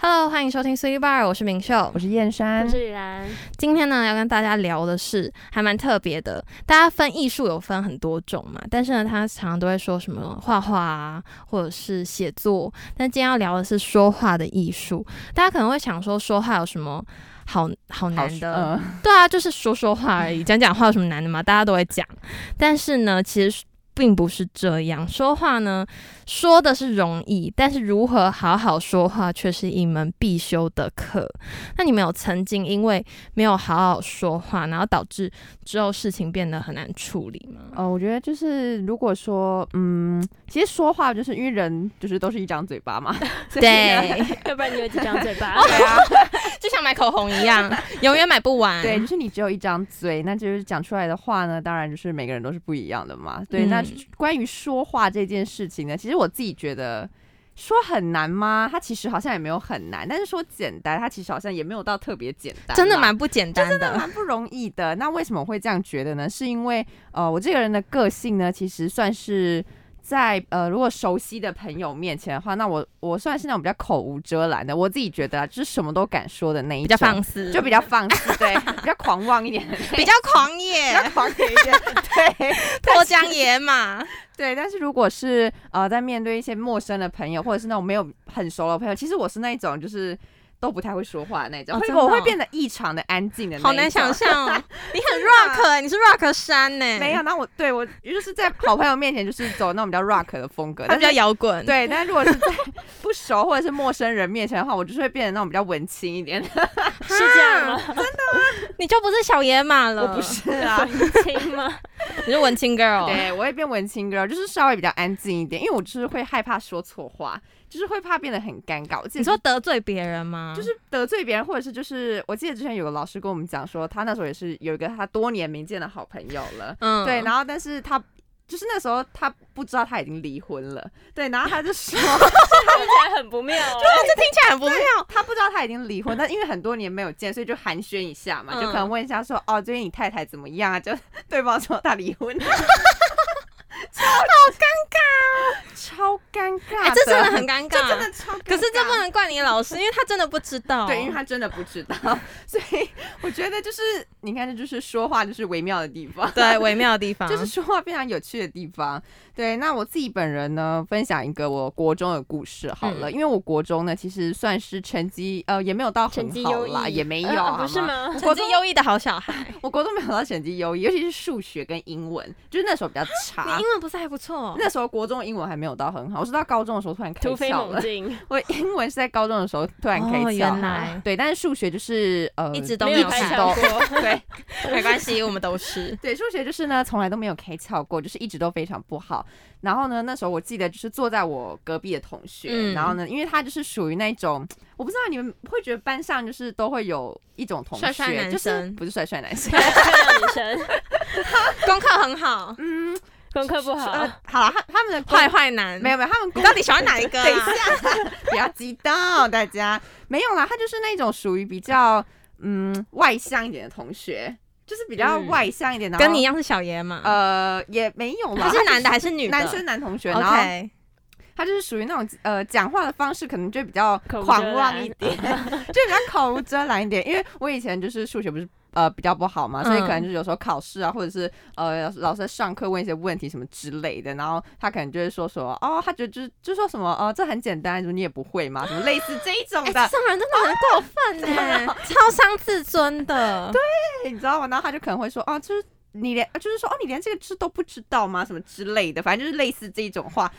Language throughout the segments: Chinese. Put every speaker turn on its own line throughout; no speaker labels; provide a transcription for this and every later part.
Hello，欢迎收听 City Bar，我是明秀
我。是燕山
我，是雨然，
今天呢，要跟大家聊的是还蛮特别的。大家分艺术有分很多种嘛，但是呢，他常常都会说什么画画啊，或者是写作。但今天要聊的是说话的艺术。大家可能会想说，说话有什么好好难的？
呃
对啊，就是说说话而已，讲讲话有什么难的嘛？大家都会讲。但是呢，其实并不是这样。说话呢，说的是容易，但是如何好好说话却是一门必修的课。那你们有曾经因为没有好好说话，然后导致之后事情变得很难处理吗？
呃，我觉得就是如果说，嗯，其实说话就是因为人就是都是一张嘴巴嘛，所以呢，
对，
要不然你有几张嘴巴？
对啊，
就像买口红一样，永远买不完。
对，就是你只有一张嘴，那就是讲出来的话呢，当然就是每个人都是不一样的嘛。对，那
嗯
关于说话这件事情呢，其实我自己觉得。说很难吗？它其实好像也没有很难，但是说简单，它其实好像也没有到特别简 单啦。
真的蛮不简单的。
蛮不容易的。那为什么我会这样觉得呢？是因为呃，我这个人的个性呢，其实算是在呃，如果熟悉的朋友面前的话，那我我算是那种比较口无遮拦的。我自己觉得啊，就是什么都敢说的那一种，
比较放肆，
就比较放肆，对，比较狂妄一点，
比较狂
比
野
较，狂野一点，对
脱缰野马。
对。但是如果是呃，在面对一些陌生的朋友，或者是那种没有很熟的朋友，其实我是那一种就是。都不太会说话的那种，
哦
会
真的哦
我会变得异常的安静的那一种，啊
好难想象 哦，你很 rock 哎、你是 rock 山呢、
没有，，那我对我就是在好朋友面前就是走那种比较 rock 的风格，
他
但
比较
是
摇滚。，
对，但如果是在 不熟或者是陌生人面前的话，我就是会变得那种比较文青一 点的。
是这样吗？
你就不是小野马了，
啊我不，是啊，
亲吗？
你是文青 girl。
对我会变文青 girl，就是稍微比较安静一点，因为我就是会害怕说错话，就是会怕变得很尴尬。我记得
你说得罪别人吗？
就是得罪别人，或者是就是我记得之前有个老师跟我们讲说，他那时候也是有一个他多年没见的好朋友了，
嗯
对，然后但是他就是那时候他不知道他已经离婚了，对，然后他就说。
看起来很不妙哦。
这听起来很不妙。
他不知道他已经离婚，但因为很多年没有见，所以就寒暄一下嘛，
嗯
就可能问一下说，哦，最近你太太怎么样啊？ 就对方说他离 婚了，超好尴尬，超尴尬
哎、
的，
这真的很尴
啊这真
尬。
的超尴尬。
可是这不能怪你老师，因为他真的不知道。
对，因为他真的不知道， 所以我觉得就是你看，这就是说话就是微妙的地方，
对微妙的地方，
就是说话非常有趣的地方。对，那我自己本人呢，分享一个我国中的故事好了，
嗯
因为我国中呢，其实算是成绩呃也没有到很
成绩
好
优
啦，
异
也没有、
呃
好
不是吗？
成绩优异哎的好小孩。
我国中没有到成绩优异，尤其是数学跟英文，就是那时候比较差
你。英文不是还不错？
那时候国中的英文还没有到很好，我是到高中的时候突然开
突飞
窍
猛
了。
进，
我英文是在高中的时候突然开
哦，
窍，
原来
对，但是数学就是呃
一直都
没
没有
有
啊一
开
直
看
窍
都
过。
对
没关系，我们都是。
对，数学就是呢从来都没有开窍过，就是一直都非常不好。然后呢，那时候我记得就是坐在我隔壁的同学，
嗯
然后呢，因为他就是属于那种，我不知道你们会觉得班上就是都会有一种同学，
帅帅男
就是
生
不是帅帅 男生，
漂亮女生，
功课很好，
嗯，
功课不好
呃，，好了，他他们的
坏坏男
没有没有，他 们
你到底喜欢哪一个、啊？
等一下，不要激动，大家没有啦，他就是那种属于比较嗯外向一点的同学，就是比较
嗯
外向一点，然后
跟你一样是小野马。
呃也没有啦，
他是
他就
男的还是女的？
男生男同学，然后
OK，哎
他就是属于那种呃讲话的方式可能就比较
口无遮
狂妄一
拦
点， 就比较口无遮拦一点，因为我以前就是数学不是。呃，比较不好嘛，所以可能
嗯
就是有时候考试啊，或者是呃老师在上课问一些问题什么之类的，然后他可能就会说什么哦，他觉得就是就说什么哦、呃，这很简单，什么你也不会嘛，什么类似这一种
哎、
的，
这种人真的很过 分呢、
啊
超伤自尊的。对，
你知道吗？然后他就可能会说，哦，就是你连，就是说，哦，你连这个字都不知道吗？什么之类的，反正就是类似这种话。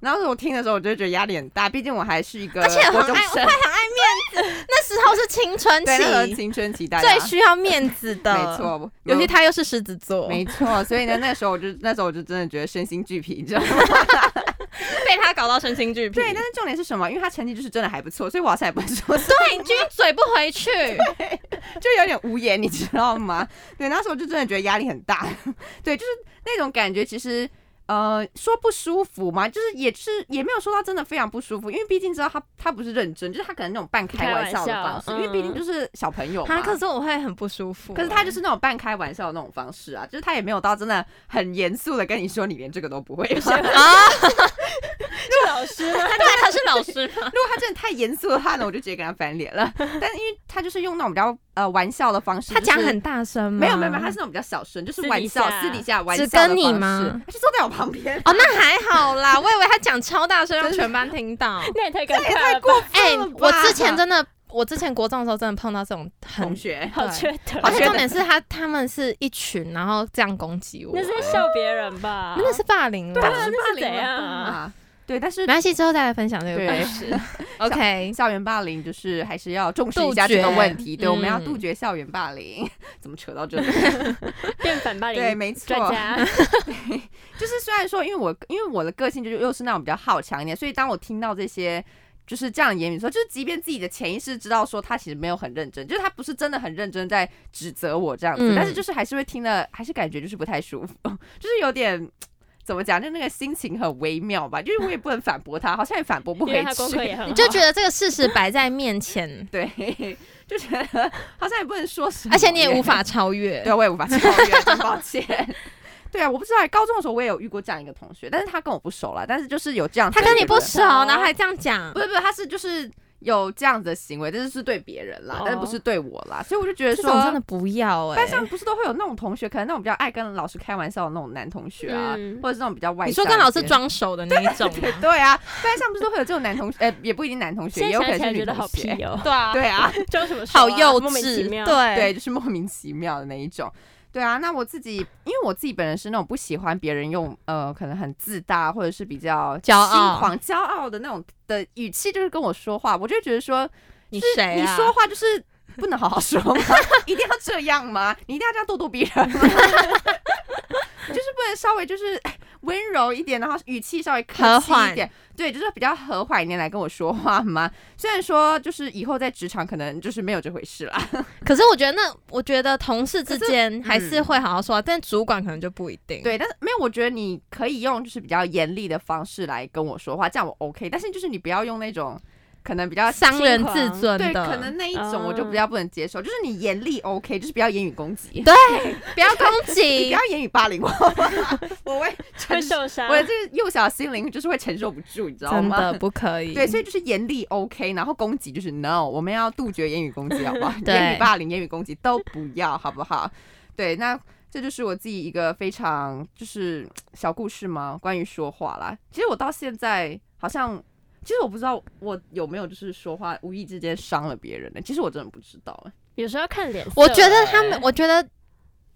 然后我听的时候，我就觉得压力很大，毕竟我还是一个
而且很
国中
爱，
生
会，很爱面子。 那时候是青春
对，那个
期，
青春期大家
最需要面 子的。
啊没，错，
尤其他又是狮子座，
没错，所以呢，那时候我就那时候我就真的觉得身心俱疲，你知道吗？
被他搞到身心俱疲。
对，但是重点是什么？因为他成绩就是真的还不错，所以我好像也不会说什么
对，你居然嘴不回 去，
就有点无言，你知道吗？ 对，那时候就真的觉得压力很大， 对，就是那种感觉，其实。呃，说不舒服嘛，就是也是也没有说到真的非常不舒服，因为毕竟知道他他不是认真，就是他可能那种半开玩笑的方式，
开玩笑
因为毕竟就是小朋友嘛。
他啊可是我会很不舒服。
可是他就是那种半开玩笑的那种方式啊，就 是 他也没有到真的很严肃的跟你说你连这个都不会，
啊，
是老师吗？
对，他是老师吗？
如果他真的太严肃的话呢，我就直接跟他翻脸了。 但因为他就是用那种比较呃玩笑的方式，
他讲
就是
很大声吗？
嗯没有没有没有，他是那种比较小声，就是
私底
玩笑，
下
私底下玩笑
只
的方式。
跟你吗
他就坐在我旁边，
哦，那还好啦，我以为他讲超大声，让全班听到。
那也太尴尬了吧，
哎、
了吧
我之前真的，我之前国中的时候真的碰到这种很
同，学，
好缺德。
而
好
且
缺
重点是他他们是一群，然后这样攻击我，
那是笑别人吧？
那是霸凌
对啊，
吧？
那是
霸
怎
凌了
样啊
吧？对，但是
没关系，之后再来分享这个
对
故事。OK，
校园霸凌就是还是要重视一下
杜绝
这个问题，对，
嗯
我们要杜绝校园霸凌。 怎么扯到这里？
变反霸
对，
凌
没错，
专家，
就是虽然说，因为我因为我的个性就是又是那种比较好强一点，所以当我听到这些就是这样的言语的时候，就是即便自己的潜意识知道说他其实没有很认真，就是他不是真的很认真在指责我这样子，
嗯
但是就是还是会听了，还是感觉就是不太舒服， 就是有点。怎么讲？就那个心情很微妙吧，就是我也不能反驳他，好像也反驳不
因
回
为
去。，
他功课也很
你
好，
就觉得这个事实摆在面前
对，就觉得 好像也不能说什么，
而且你也无法超越。
呃对，我也无法超越，真抱 歉。对啊，我不知道，高中的时候我也有遇过这样一个同学，但是他跟我不熟了，但是就是有这样，
他跟你不熟，
对
然后还这样讲
啊不，是不是，他是就是有这样子的行为，但是是对别人啦，
哦
但是不是对我啦，所以我就觉得
这种真的
说。
不要哎、
班上不是都会有那种同学，可能那种比较爱跟老师开玩笑的那种男同学啊，
嗯
或者是那种比较外向一
你
些。
说跟老师装熟的那一种吗？
对啊，班上不是都会有这种男同学，呃，也不一定男同学，
现
也
在
有可能
想起
是
来
女
觉得
同
好
学
屁。哦，
对啊，
对啊，
装什么熟啊
好幼
莫名其
稚，
妙，
对啊
对，就是莫名其妙的那一种。对啊，那我自己，因为我自己本人是那种不喜欢别人用呃，可能很自大或者是比较
骄傲
轻狂、骄傲的那种的语气，就是跟我说话，我就觉得说，
你
就是
谁啊？
你说话就是不能好好说吗？ 一定要这样吗？你一定要这样咄咄逼人吗？ 就是不能稍微就是哎温柔一点，然后语气稍微客
和
气
缓
一点，对，就是比较和缓一点来跟我说话吗？虽然说就是以后在职场可能就是没有这回事啦。
可是我觉得那，我觉得同事之间还是会好好说话，但主管可能就不一定。，
对，但是没有，我觉得你可以用就是比较严厉的方式来跟我说话，这样我 OK。但是就是你不要用那种可能比较
伤人自尊
对，
的，
可能那一种我就比较不能接受。就是你嗯严厉 OK，就是不要言语攻击，
对，不要攻
你 不
击
要。言语霸凌我， 我会承
会
受，啊
受伤
我。的这个幼小心灵就是会承受不住，你知道
真
吗
的？不可以。？
对，所以就是严厉 OK，然后攻击就是 No，我们要杜绝言语攻击，好不好
对
言语霸凌、言语攻击都不要，好不好？对，那这就是我自己一个非常就是小故事嘛，关于说话啦。其实我到现在好像，其实我不知道我有没有就是说话无意之间伤了别人呢、其实我真的不知道、欸，
有时候要看脸色，
我觉得他
哎
们，，我觉得，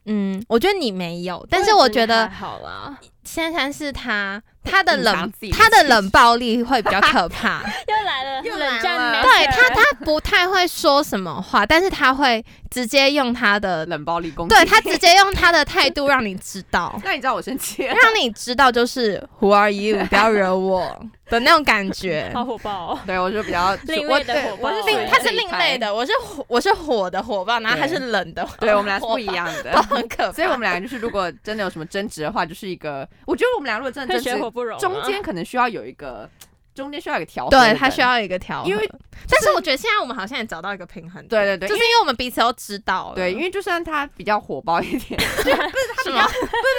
嗯，我觉得你没有，但是我觉
还
得
好啦，
珊珊是他他的
隐
冷
藏自己的
他的冷暴力会比较可 怕。
又来了，
又来
冷战
了
master，
对他他不太会说什么话，但是他会直接用他的，
冷暴力攻击。。
对他直接用他的态度让你知道
那你知道我生气了？
让你知道就是 Who are you？不要惹我的那种感觉。
好火爆哦，
对，我就 比较
另
我
类的
对
火
我
爆
是
另
另他是
这一
另
派
类，的，我是火我是火的火爆，然后他是冷的，
对我们俩是
火
不一样 的
爆，。很可怕。
所以我们俩就是，如果真的有什么争执的话，就是一个，我觉得我们俩如果真的
会
争
水 火
执，
不容啊。
中间可能需要有一个，中间需要有一个调和的
哦对
人，
他需要一个调和，
因为
但是我觉得现在我们好像也找到一个平衡，
对对对
就是因为我们彼此都知道了，
对，因为就算他比较火爆一 点，
他比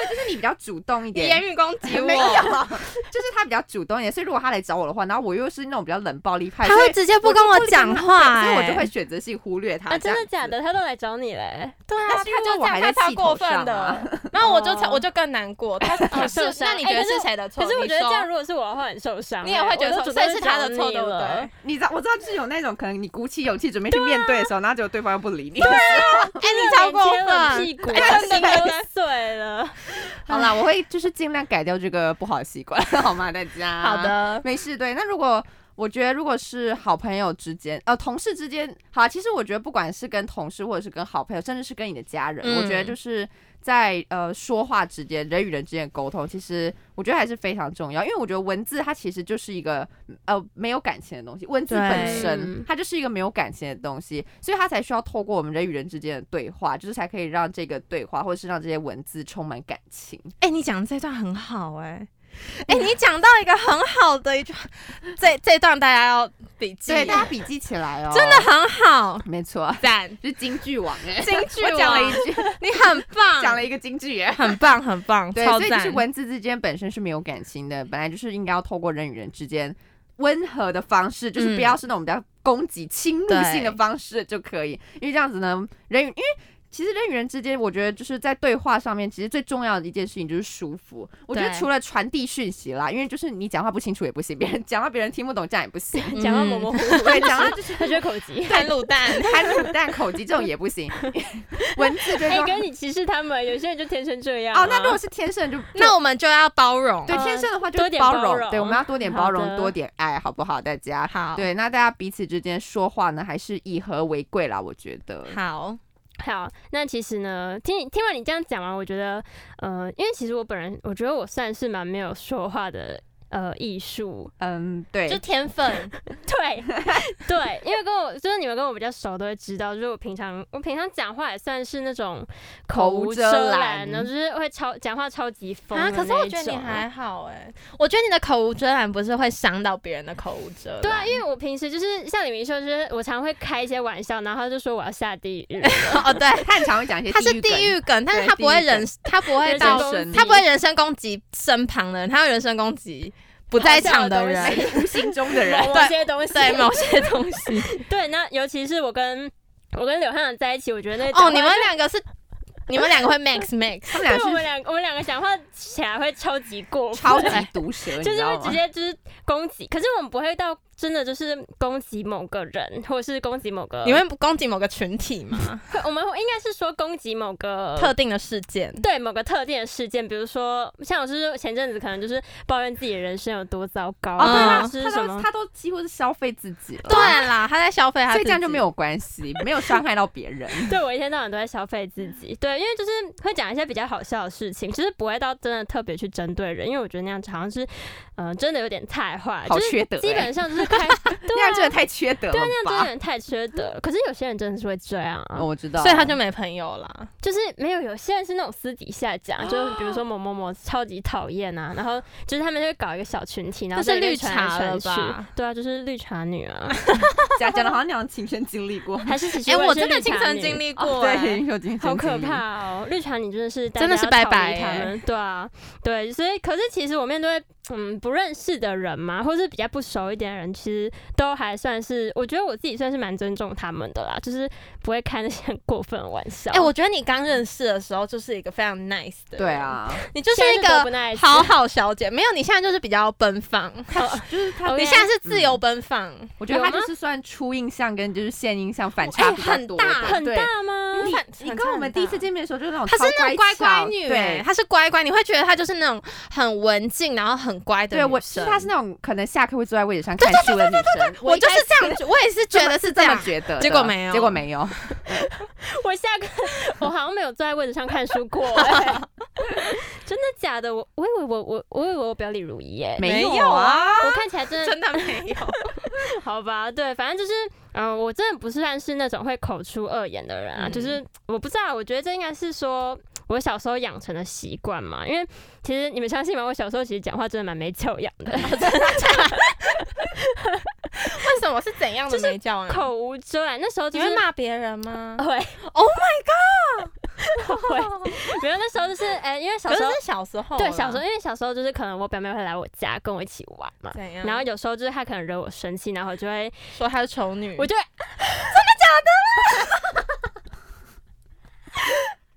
就是你比较主动一
你
点
言。语攻击
没有，啊
我，
就是他比较主动一点，所以如果他来找我的话，然后我又是那种比较冷暴力派，
他
所
会
以
直接不
我就
跟我
不理
讲
他
话，
对所以我
哎
就会选择性忽略他。
啊，真
这
的
样
假
子？
的？他都来找你嘞，
对啊，
但
他
是因为
就
我
这样
还
他
在
超
气头
过分
上
的
啊，
然后我就
哦
我就更难过，他
好
是
受伤
那你
哎
觉得
可是
是
我
谁的错？
可是我
你
觉得这
说
样，如果是我的话，很受伤欸。
你也会觉得
我
受
都主
伤，
动
所以是他的
找
错，
你
对不
了
对？？
你知道，我知道，就是有那种可能你鼓起勇气准备去面对的啊时候，然后结果对方又不理你。
哎，你超过
贴冷
分
屁， 股，
哎真的
心
真
都
的
碎了。
好啦，我会就是尽量改掉这个不好的习惯， 好吗，大家？
好，的，
没事。对，那如果我觉得如果是好朋友之间，呃，同事之间，好啦，其实我觉得不管是跟同事，或者是跟好朋友，甚至是跟你的家人，
嗯
我觉得就是在呃说话之间，人与人之间的沟通，其实我觉得还是非常重要，因为我觉得文字它其实就是一个呃没有感情的东西，文字
对
本身
嗯
它就是一个没有感情的东西，所以它才需要透过我们人与人之间的对话，就是才可以让这个对话，或者是让这些文字充满感情。
哎，你讲的这段很好，哎。哎、你讲到一个很好的一句， 这这段大家要笔记，
对，大家笔记起来哦，
真的很好，
没错。
赞，
是京剧王哎、
京剧
我讲了
王
一句，
你很棒，棒
讲了一个京 剧耶。
很棒，很棒，
对，
超
所以就
赞
是。文字之间本身是没有感情的，本来就是应该要透过人与人之间温和的方式，就是不要是那种比较攻击、侵入性
对
的方式就可以，因为这样子呢，人与因为。其实人与人之间，我觉得就是在对话上面，其实最重要的一件事情就是舒服。我觉得
对
除了传递讯息啦，因为就是你讲话不清楚也不行，别人讲话别人听不懂这样也不行，
嗯
讲到模 模糊糊，
对，讲话就是
他觉得口急。
看卤蛋，
含卤蛋口级这种也不行。文字最
哎
重，要。
跟你歧视他们，有些人就天生这样啊。
哦，那如果是天生就
那我们就要包容。
对，
呃
天生的话就
多
是
点
包
包
容，
容
对，我们要多点
好
包容，
的
多点爱，好不好？大家
好，
对，那大家彼此之间说话呢，还是以和为贵啦，我觉得。
好，
好，那其实呢，听你听完你这样讲完，我觉得，呃，因为其实我本人，我觉得我算是蛮没有说话的，呃，艺术，
嗯，
就
对，
天 分，
对对，因为跟我就是你们跟我比较熟，都会知道，就是我平常我平常讲话也算是那种
口
口
无
无
遮
遮
拦
拦，然后就是会超讲话超级疯
啊，
的
可是
那
我
一
觉得你
种
还好哎、我觉得你的口无遮拦不是会伤到别人的口无遮拦。
对啊，因为我平时就是像李明说，就是我常会开一些玩笑，然后他就说我要下地狱，
哦对，
他很常会讲一些
他是地
地
狱梗，但
对
是他不会
地狱梗
人，他不会
人
到
到
身攻
神
击
他不会人身攻击身旁的人，他会人身攻击不在场的
好笑
人，
的
狱，无形中的 人
某
对
些东西，
对某些东西。
对，那尤其是我跟我跟柳汉阳在一起，我觉得那
哦，你们两个是，你们两个会 max max，
他们
对
俩
我们
是
两个我们两个讲话起来会超级过分，
超级毒舌，你
就
知
是
道
会直
吗？
接就是攻击，可是我们不会到真的就是攻击某个人，或者是攻击某个，
你们攻击某个群体吗？
会我们会应该是说攻击某个
特定的事件。
对某个特定的事件，比如说像我是前阵子可能就是抱怨自己的人生有多糟糕，
哦，对
啊
啦，
或者是
他
什
都
么。
他都几乎是消费自己了，
对，
啊
啦，他在消费他，
所以这样就没。有关系，没有伤害到别人。
对我一天到晚都在消费自己，对，因为就是会讲一些比较好笑的事情，其实不会到真的特别去针对人，因为我觉得那样好像是，嗯、真的有点太坏，
好
就是
缺德
基
欸
本上就是开， 对
那
啊
样真的太缺德了
对，那样真的有
吧？
点太缺德了。可是有些人真的是会这样啊，
哦我知道，
所以他就没朋友啦。
就是没有有些人是那种私底下
哦
讲，就是比如说某某某超级讨厌啊，然后就是他们就会搞一个小群体，然后
这是
在那边
绿
传
茶
来
了
传去
吧？
对啊，就是绿茶 女啊，
讲讲的好像你好像亲身经历 过，哦
还是其实
哎，我
也
真
是
的
绿
亲
茶
身
女哦
经历过，
对，
哎
有亲身
好可
经历
怕哦！绿茶女真的是大
真的
家
是
要
拜
逃离
拜
他
耶
们，对啊，对，所以可是其实我面对嗯不认识的人嘛，或是比较不熟一点的人，其实都还算是，我觉得我自己算是蛮尊重他们的啦，就是不会开那些很过分的玩笑。
哎，我觉得你刚认识的时候就是一个非常 nice 的，
对，啊，
你就是
现在
一
多
个
不耐
好好小姐，没有，你现在就是比较奔放，
就是他
OK
你现在是自由奔放，
我觉得
有
他
吗
就是算初印象跟就是现印象反差
哎
比较
很
多的、
大
很
对。
大吗？
你
你跟我们第一次。见面的时候就是那种
她是
超
那种乖
巧
乖女、欸，
对。
她是乖乖，你会觉得她就是那种很文静，然后很乖的
对，我
是
是她是那种可能下课会坐在位置上看书的女生，
我
一
就
开
是
始
这样子，我也是觉得是这
这么
样。
觉得的，
结果没有
结果没有，
我下 课，我好像没有坐在位置上看书过、哎真的假的？我我以为我我我以为我表里如一耶、
没有
有啊，
我看起来真的
真的 没有，
好吧，对，反正就是，嗯、我真的不是算是那种会口出恶言的人啊，
嗯
就是我不知道，我觉得这应该是说我小时候养成的习惯嘛，因为其实你们相信吗？我小时候其实讲话真的蛮没教养的，
为什么是怎样的没教啊？
口无遮拦，那时候就
你
是
会骂别人吗？
会
Oh
my god，会， 没有那时候就是，哎、因为小
可是
时候
是小时候啦，
对小时候，因为小时候就是可能我表妹会来我家跟我一起玩嘛。
怎样？
然后有时候就是她可能惹我生气，然后我就会，
说她是丑女，
我就会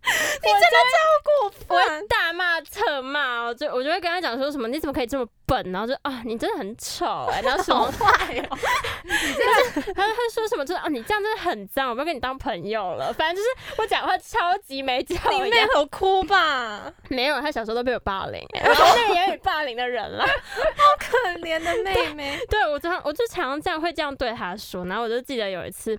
你真的超
我
过
会
分。
大骂特骂哦，就我就会跟他讲说什么你怎么可以这么笨，然后就啊你真的很丑哎、然后什么
坏哦！
他他说什么就是啊你这样真的很脏，我不要跟你当朋友了。反正就是我讲话超级没教
你妹
养，
有哭 吧？
没有他小时候都被我霸凌、 欸，我是那个言语霸凌的人啦。
可怜的妹妹，
对我常我就常这样会这样对他说，然后我就记得有一次，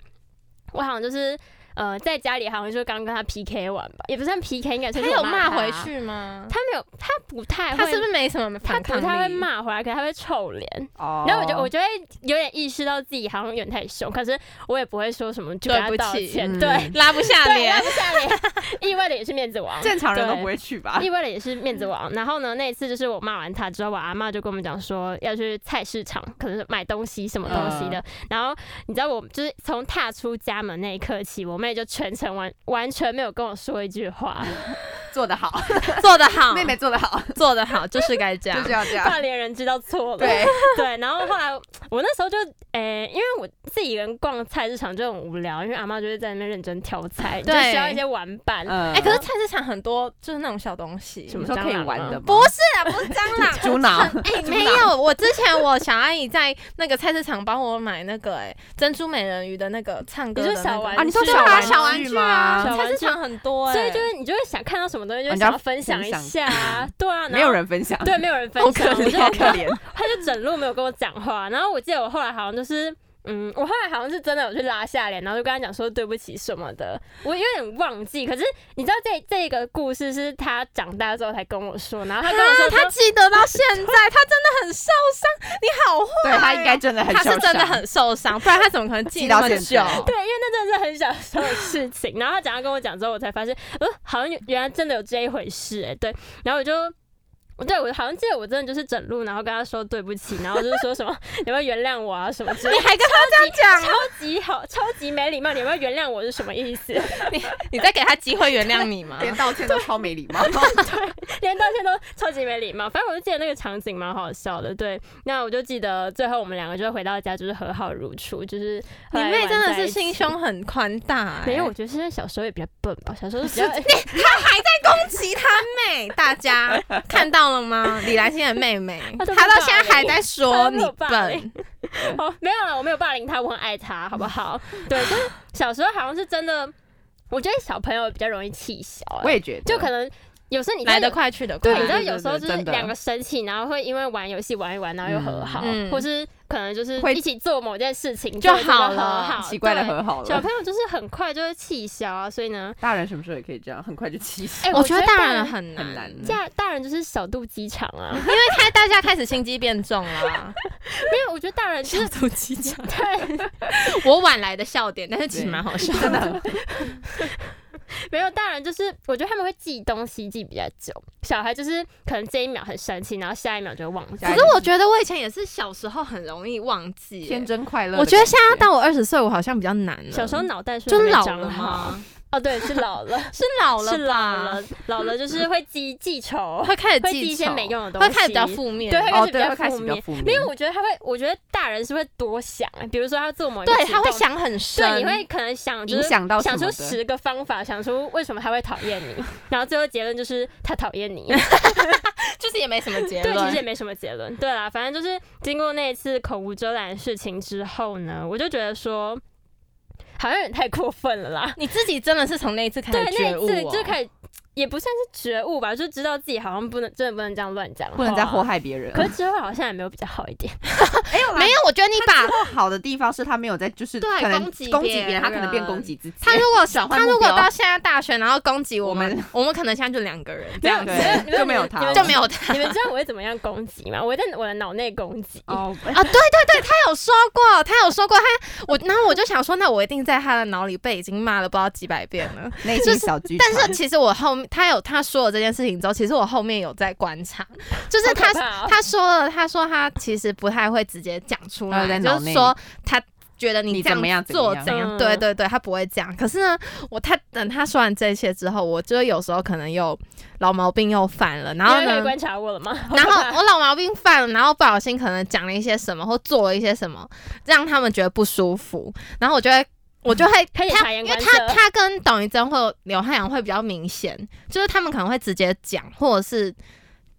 我好像就是呃在家里好像就刚跟他 PK 完吧，也不算 PK，应该
她
算是
有
我骂
骂回
他。
去吗？
他没有，他不太
她
会
是不是没什么
他
反抗
不
力？
太会骂回来，可是他会臭脸。
哦
然后我就我就会有点意识到自己好像有点太凶，可是我也不会说什么就
对
跟他
不
道
起
歉，
嗯
对
拉不下
对，
脸
拉，不下脸，意外的也是面子 王。
正常人都
对
不会去吧？
意外的也是面子
嗯
王。然后呢，那一次就是我骂完他之后，我阿妈就跟我们讲说要去菜市场，可
嗯
能是买东西什么东西的。然后你知道我就是从踏出家门那一刻起，我妹就全程完完全没有跟我说一句话，
嗯做得好，
做得好，
妹妹做得好，
做得好，就是该 这
就
样
是。要这样。
大连人知道错了。
对，
对，然后后来我那时候就，诶、因为我自己一个人逛菜市场就很无聊，因为阿妈就会在那边认真挑菜，你就
对
需要一些玩伴。
嗯
哎、可是菜市场很多就是那种小东西，
什
你
么
说可以玩的吗
不是啊，不是蟑 螂，
猪脑，
哎、没有，我之前我小阿姨在那个菜市场帮我买那个哎、珍珠美人鱼的那个唱歌的、那
你说小
个
玩
啊你说
对
具
啊，
玩
小玩
具
具
吗
啊，
小玩
菜
具
市场很多哎、
所以就是你就会想看到什么东西，就
人
会
家
想要分享一
哦分享
下啊，对啊，然后
没有人分享，
对，没有人分
好
享，
可
我
怜
就
好
可怜。
他就整路没有跟我讲话。然后我记得我后来好像就是，嗯，我后来好像是真的有去拉下脸，然后就跟他讲说对不起什么的，我有点忘记。可是你知道这这个故事是他长大之后才跟我说，然后他跟我
啊
说
他记得到现在，他真的很受伤。你好坏
对
哦，
他应该真的很
他
受
是
伤，
真的很受伤，不然他怎么可能记
记
那
到
么
现
久？
在。
对，因为那真的是很小时候的事情。然后他讲他跟我讲之后，我才发现，呃，好像有原来真的有这一回事哎、对。然后我就，我对我好像记得我真的就是整路，然后跟他说对不起，然后就是说什么 你要不要原谅我啊什么之类
你
的，
还跟 他这样
超级好，超级没礼貌，你要不要原谅我是什么意 思？
讲，你在给他机会原谅你 吗？
连道歉都超没礼貌。
连道歉都超级没礼貌。反正我就记得那个场景蛮好笑的，对。那我就记得最后我们两个就回到家，就是和好如初，就是后
你
来
妹
玩
真的
在
是
一起
心。胸很宽大、欸，
没有，我觉得是因为小时候也比较笨 吧，小时候就比较
攻击他妹，大家看到了吗？ 李兰心的妹妹，
她都
她到
不知道
现在还在
她
说
都
你
没有霸凌
笨，
哦，没有了，我没有霸凌他，我很爱他，好不好？对，就是小时候好像是真的，我觉得小朋友比较容易气小、
我
欸，
也觉得，
就可能有时候你知道
来得
有
快去得快
对，你知。道
对对
有时候
对
就是
真的
两个生气，然后会因为玩游戏玩一玩，然后又和好，
嗯嗯
或是可能就是
会
一起做某件事情
就
真的
好
和
了
好，
奇怪的
对
和好
小
了。
朋友就是很快就会气消啊，所以呢，
大人什么时候也可以这样，很快就气死。
哎、
我觉
觉
得大人
人
很难，
很难
因
大大人就是小肚鸡肠 啊，
为开大家开始心机变重 了，
没有，我觉得大人就是
肚鸡肠。
对，
我晚来的笑点，但是其实蛮好笑
真的
的。
很
没有，大人就是我觉得他们会记东西记比较久，小孩就是可能这一秒很生气，然后下一秒就会忘记
下
可
一。
是我觉得我以前也是小时候很容易忘记
天
欸，
真快乐的感觉。
我觉得现在到我二十岁，我好像比较难了。
小时候脑袋是
就
不是没
老
长
了
好？
吗？
哦，对，是老了，
是 老了吧，
是老了，老了就是会记记仇，
会开始
会记一些
仇
没用的东
会
西，
开始比较负面，
对，
哦，
会
对，会
开
开
始
始比
比较
较
负面。
负面，
因为我觉得他会，我觉得大人是会多想，比如说他做某一个
对，
举
他会
动
想很深，
对，你会可能想就
影
是
响到
想
什
出
么的
十个方法，想出为什么他会讨厌 你，然后最后结论就是他讨厌你。
就是也没什么结
对，其实也
论。
没什么结论。对啦，反正就是经过那一次口无遮拦的事情之后呢，我就觉得说好像有点太过分了啦。
你自己真的是从那一次开
对，
始
那
觉悟、
一
哦，
次就开始也不算是觉悟吧，就知道自己好像不能真的不能这样乱讲，
不能再祸。害别人。
可是之后好像也没有比较好一点，
没有啦
没有，我觉得你
他
把
之后好的地方是他没有在，就是
对
可能
攻
攻
击
击
别
别人，他可能变
人
攻击自己。
他如果
转换
他如
目
果
标
到现在大学，然后攻击我们， 我
我
们
们
可能现在就两个人，
这样
没
对
有没有
就没有他
你们
就没有他。
你们知道我会怎么样攻击吗？我在我的脑内攻击。
哦，
啊，对对对，他有说过，他有说过，他我，然后我就想说，那我一定在他的脑里被已经骂了不知道几百遍 了。
内
就
心
是
小剧场。
但是其实我后面他有他说了这件事情之后，其实我后面有在观察，就是
好
他
可怕哦
他说了，他说他其实不太会直接讲出
他会
来，
哦在
就
脑
是
内
说他觉得
你
这
怎么样
样
怎么
做
样
怎样，
嗯
对对对，他不会这样。可是呢，我他等他说完这些之后，我就有时候可能又老毛病又犯了，然后
你有人
呢，
观察我了吗？
然后我老毛病犯了，然后不小心可能讲了一些什么或做了一些什么，让他们觉得不舒服，然后我就会。我就 会
开始察言
因为
观色
他他跟董宇臻或刘汉阳会比较明显，就是他们可能会直接讲，或者是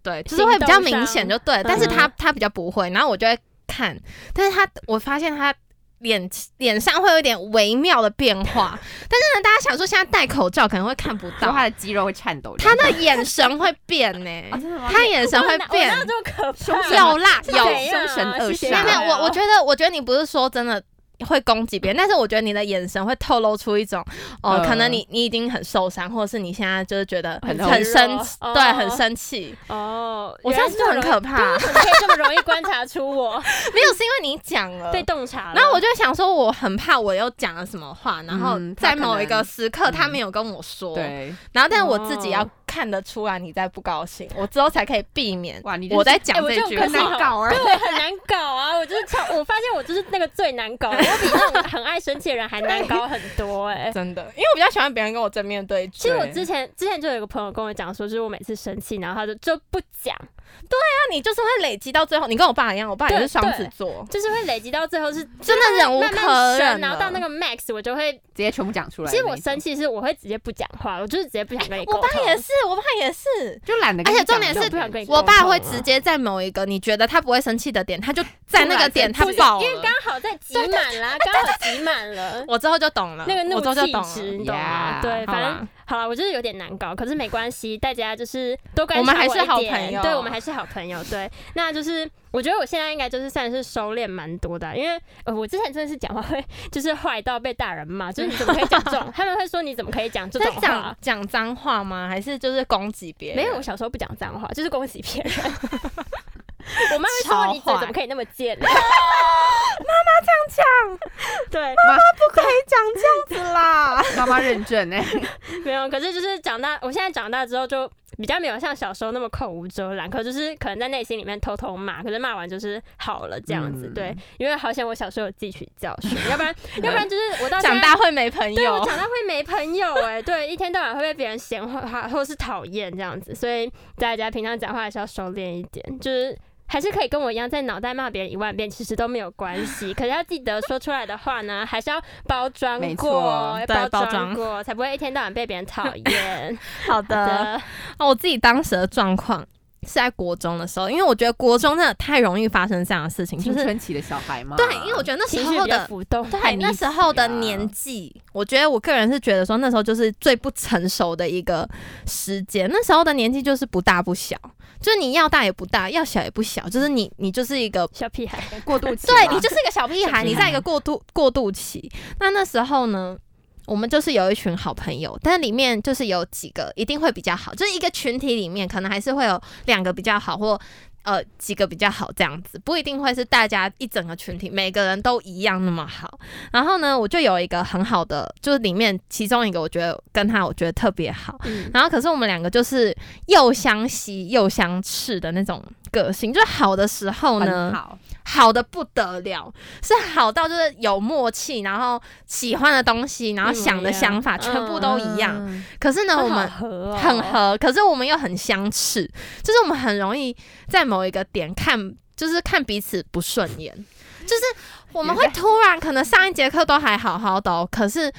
对，就是会比较明显就对。
动上嗯
但是他他比较不会，然后我就会看，但是他我发现他脸脸上会有点微妙的变 化，但是呢，大家想说现在戴口罩可能会看不
说
到，
他的肌肉会颤抖这
他
样。
的眼神会变呢、
啊 真的吗？
他眼神会变
哦我哪，我哪有这么可
凶
怕？
神
有啦
是
有
怎。样
凶神
啊
恶
是谁
没有
煞
没有，
啊
我我觉得，我觉得你不是说真的会攻击别人，但是我觉得你的眼神会透露出一种，哦、
嗯
可能你你已经很受伤，或者是你现在就是觉得
很嗯
很生气，
哦
对，很生气。
哦，
我这样是不是很可怕？
怎么可以这么容易观察出我
没有，是因为你讲了。
被洞察了？
然后我就想说，我很怕我又讲了什么话，然后
嗯他
在
可
某一个
能
时刻他
嗯
没有跟我说，
对，
然后但是我自己要
哦
看得出来你在不高兴，我之后才可以避免
哇，你
我在讲
哎我
这
就
句
可
话。
很
是
难搞啊
对！我很难搞啊！我就是超，我发现我就是那个最难搞，我比那种很爱生气的人还难搞很多哎、
真的，因为我比较喜欢别人跟我正面对峙。
其实我
对
之前之前就有一个朋友跟我讲说，就是我每次生气，然后他就就不讲，
那你就是会累积到最后，你跟我爸一样，我爸也是
对
双子座，
就是会累积到最后是
真的忍无
慢慢
可
升，
忍
然后到那
个，
个 max 我就会，
直接全部讲出来的
其
那
实
种。
我生气是我会直接不讲话，我就是直接不想跟你沟
我
通。
爸也是，我爸也是。
就懒得跟
而
你
且重
讲了，
点
我
是
不想跟你沟通啊，
我爸会直接在某一个你觉得他不会生气的点，他就在那个点他
不是
爆
因为
了
刚。好在挤满啦，刚好挤满了。
我之后就懂了，
那个
我
怒
之后就
气
懂
值，
了。
你懂吗
Yeah，
对，
好
反
啦
正好了，我就是有点难搞，可是没关系，大家就是多观察
我们还是
一
好
点
朋友
对我们还是好朋友，对， 那就是我觉得我现在应该就是算是收敛蛮多的啊，因为呃，我之前真的是讲话会就是坏到被大人骂，就是你怎么可以讲这 种，他们会说你怎么可以讲这
在
种话
讲。讲脏话吗？还是就是攻击别人？
没有，我小时候不讲脏话，就是恭喜别人。 我妈会
超
说你嘴
坏
怎么可以那么贱？ 妈妈 这样讲，
不可以讲这样子啦。
妈妈认证哎、
对，没有。可是就是长大，我现在长大之后就比较没有像小时候那么口无遮拦，可就是可能在内心里面偷偷骂，可是骂完就是好了这样子。
嗯
对，因为好险我小时候有汲取教训，要 不然要不然就是我到现
长
在
大会没朋
对我
友。
长大会没朋友哎、对，一天到晚会被别人闲话或是讨厌这样子，所以大家平常讲话还是要收敛一点，就是还是可以跟我一样在脑袋骂别人一万遍，其实都没有关系。可是要记得说出来的话呢，还是要包装
没
过
错，
要
对包
装
装
过，才不会一天到晚被别人 讨厌。
好
好
的，
的，
哦，我自己当时的状况是在国中的时候，因为我觉得国中真的太容易发生这样的事情，就
青
是
春期的小孩嘛。
对，因为我觉得那时
情绪
候
比较
的
浮动，
对
太
那
迷
时候的
了
年纪，我觉得我个人是觉得说那时候就是最不成熟的一个时间，那时候的年纪就是不大不小，就是你要大也不大，要小也不小，就是你你就是一个
小屁孩。
过渡期嘛，
对你就是一个小屁
小
孩，
屁
你在
孩
一个过渡过渡期。那那时候呢，我们就是有一群好朋友，但里面就是有几个一定会比较好，就是一个群体里面可能还是会有两个比较好或。呃，几个比较好这样子，不一定会是大家一整个群体每个人都一样那么好。然后呢，我就有一个很好的，就是里面其中一个，我觉得跟他我觉得特别好。
嗯，
然后可是我们两个就是又相吸又相斥的那种个性，就是好的时候呢
很，好，
好的不得了，是好到就是有默契，然后喜欢的东西，然后想的想法
嗯
全部都一样。
嗯。
可是呢，我们
好合哦
很合，可是我们又很相斥，就是我们很容易在某一个点看，就是看彼此不顺眼，就是我们会突然可能上一节课都还好好的、哦，可是。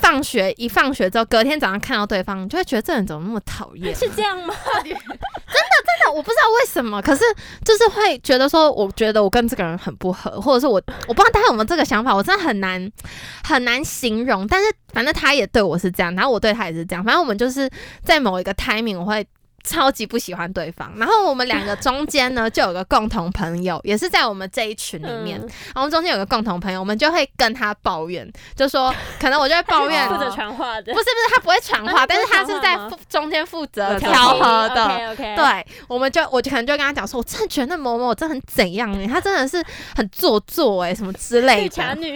放学一放学之后，隔天早上看到对方，你就会觉得这人怎么那么讨厌、
是这样吗？
但我不知道为什么，可是就是会觉得说，我觉得我跟这个人很不合，或者是我我不知道大家有没有这个想法，我真的很难很难形容。但是反正他也对我是这样，然后我对他也是这样，反正我们就是在某一个 timing 我会。超级不喜欢对方，然后我们两个中间呢就有个共同朋友，也是在我们这一群里面，
嗯
然后我们中间有个共同朋友，我们就会跟他抱怨，就说可能我就会抱怨，
负
不
责
是
传话的
不，是他不会传话，
啊
但是他
不会
是
传
在
话吗
负中间负责
负责
调和的，
OK，
对，我们就我就可能就跟他讲说，我真的觉得那某某真的很怎样 哎、他真的是很做作哎、什么之类
绿
的，
茶 女，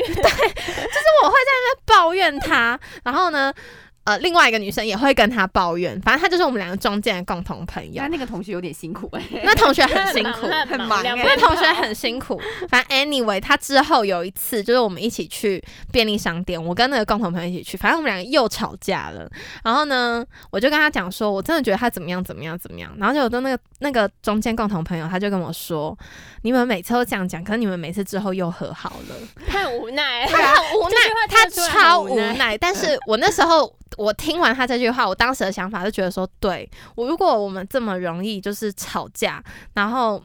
抱怨他， 然后呢。呃，另外一个女生也会跟他抱怨，反正他就是我们两个中间的共同朋友
那。那个同学有点辛苦哎、
那同学很辛 苦，
很
很
忙，
忙
两
欸
边
那同学
跑
很辛苦。反正 anyway，他之后有一次就是我们一起去便利商店，我跟那个共同朋友一起去，反正我们两个又吵架了。然后呢，我就跟他讲说，我真的觉得他怎么样怎么样怎么样。然后就的那个那个中间共同朋友，他就跟我说，你们每次都这样讲，可是你们每次之后又和好了。
他很无奈，
他很无奈
这句话，
他
听得出来很
超
无
无
奈
奈。但是我那时候我听完他这句话，我当时的想法就觉得说，对我如果我们这么容易就是吵架，然后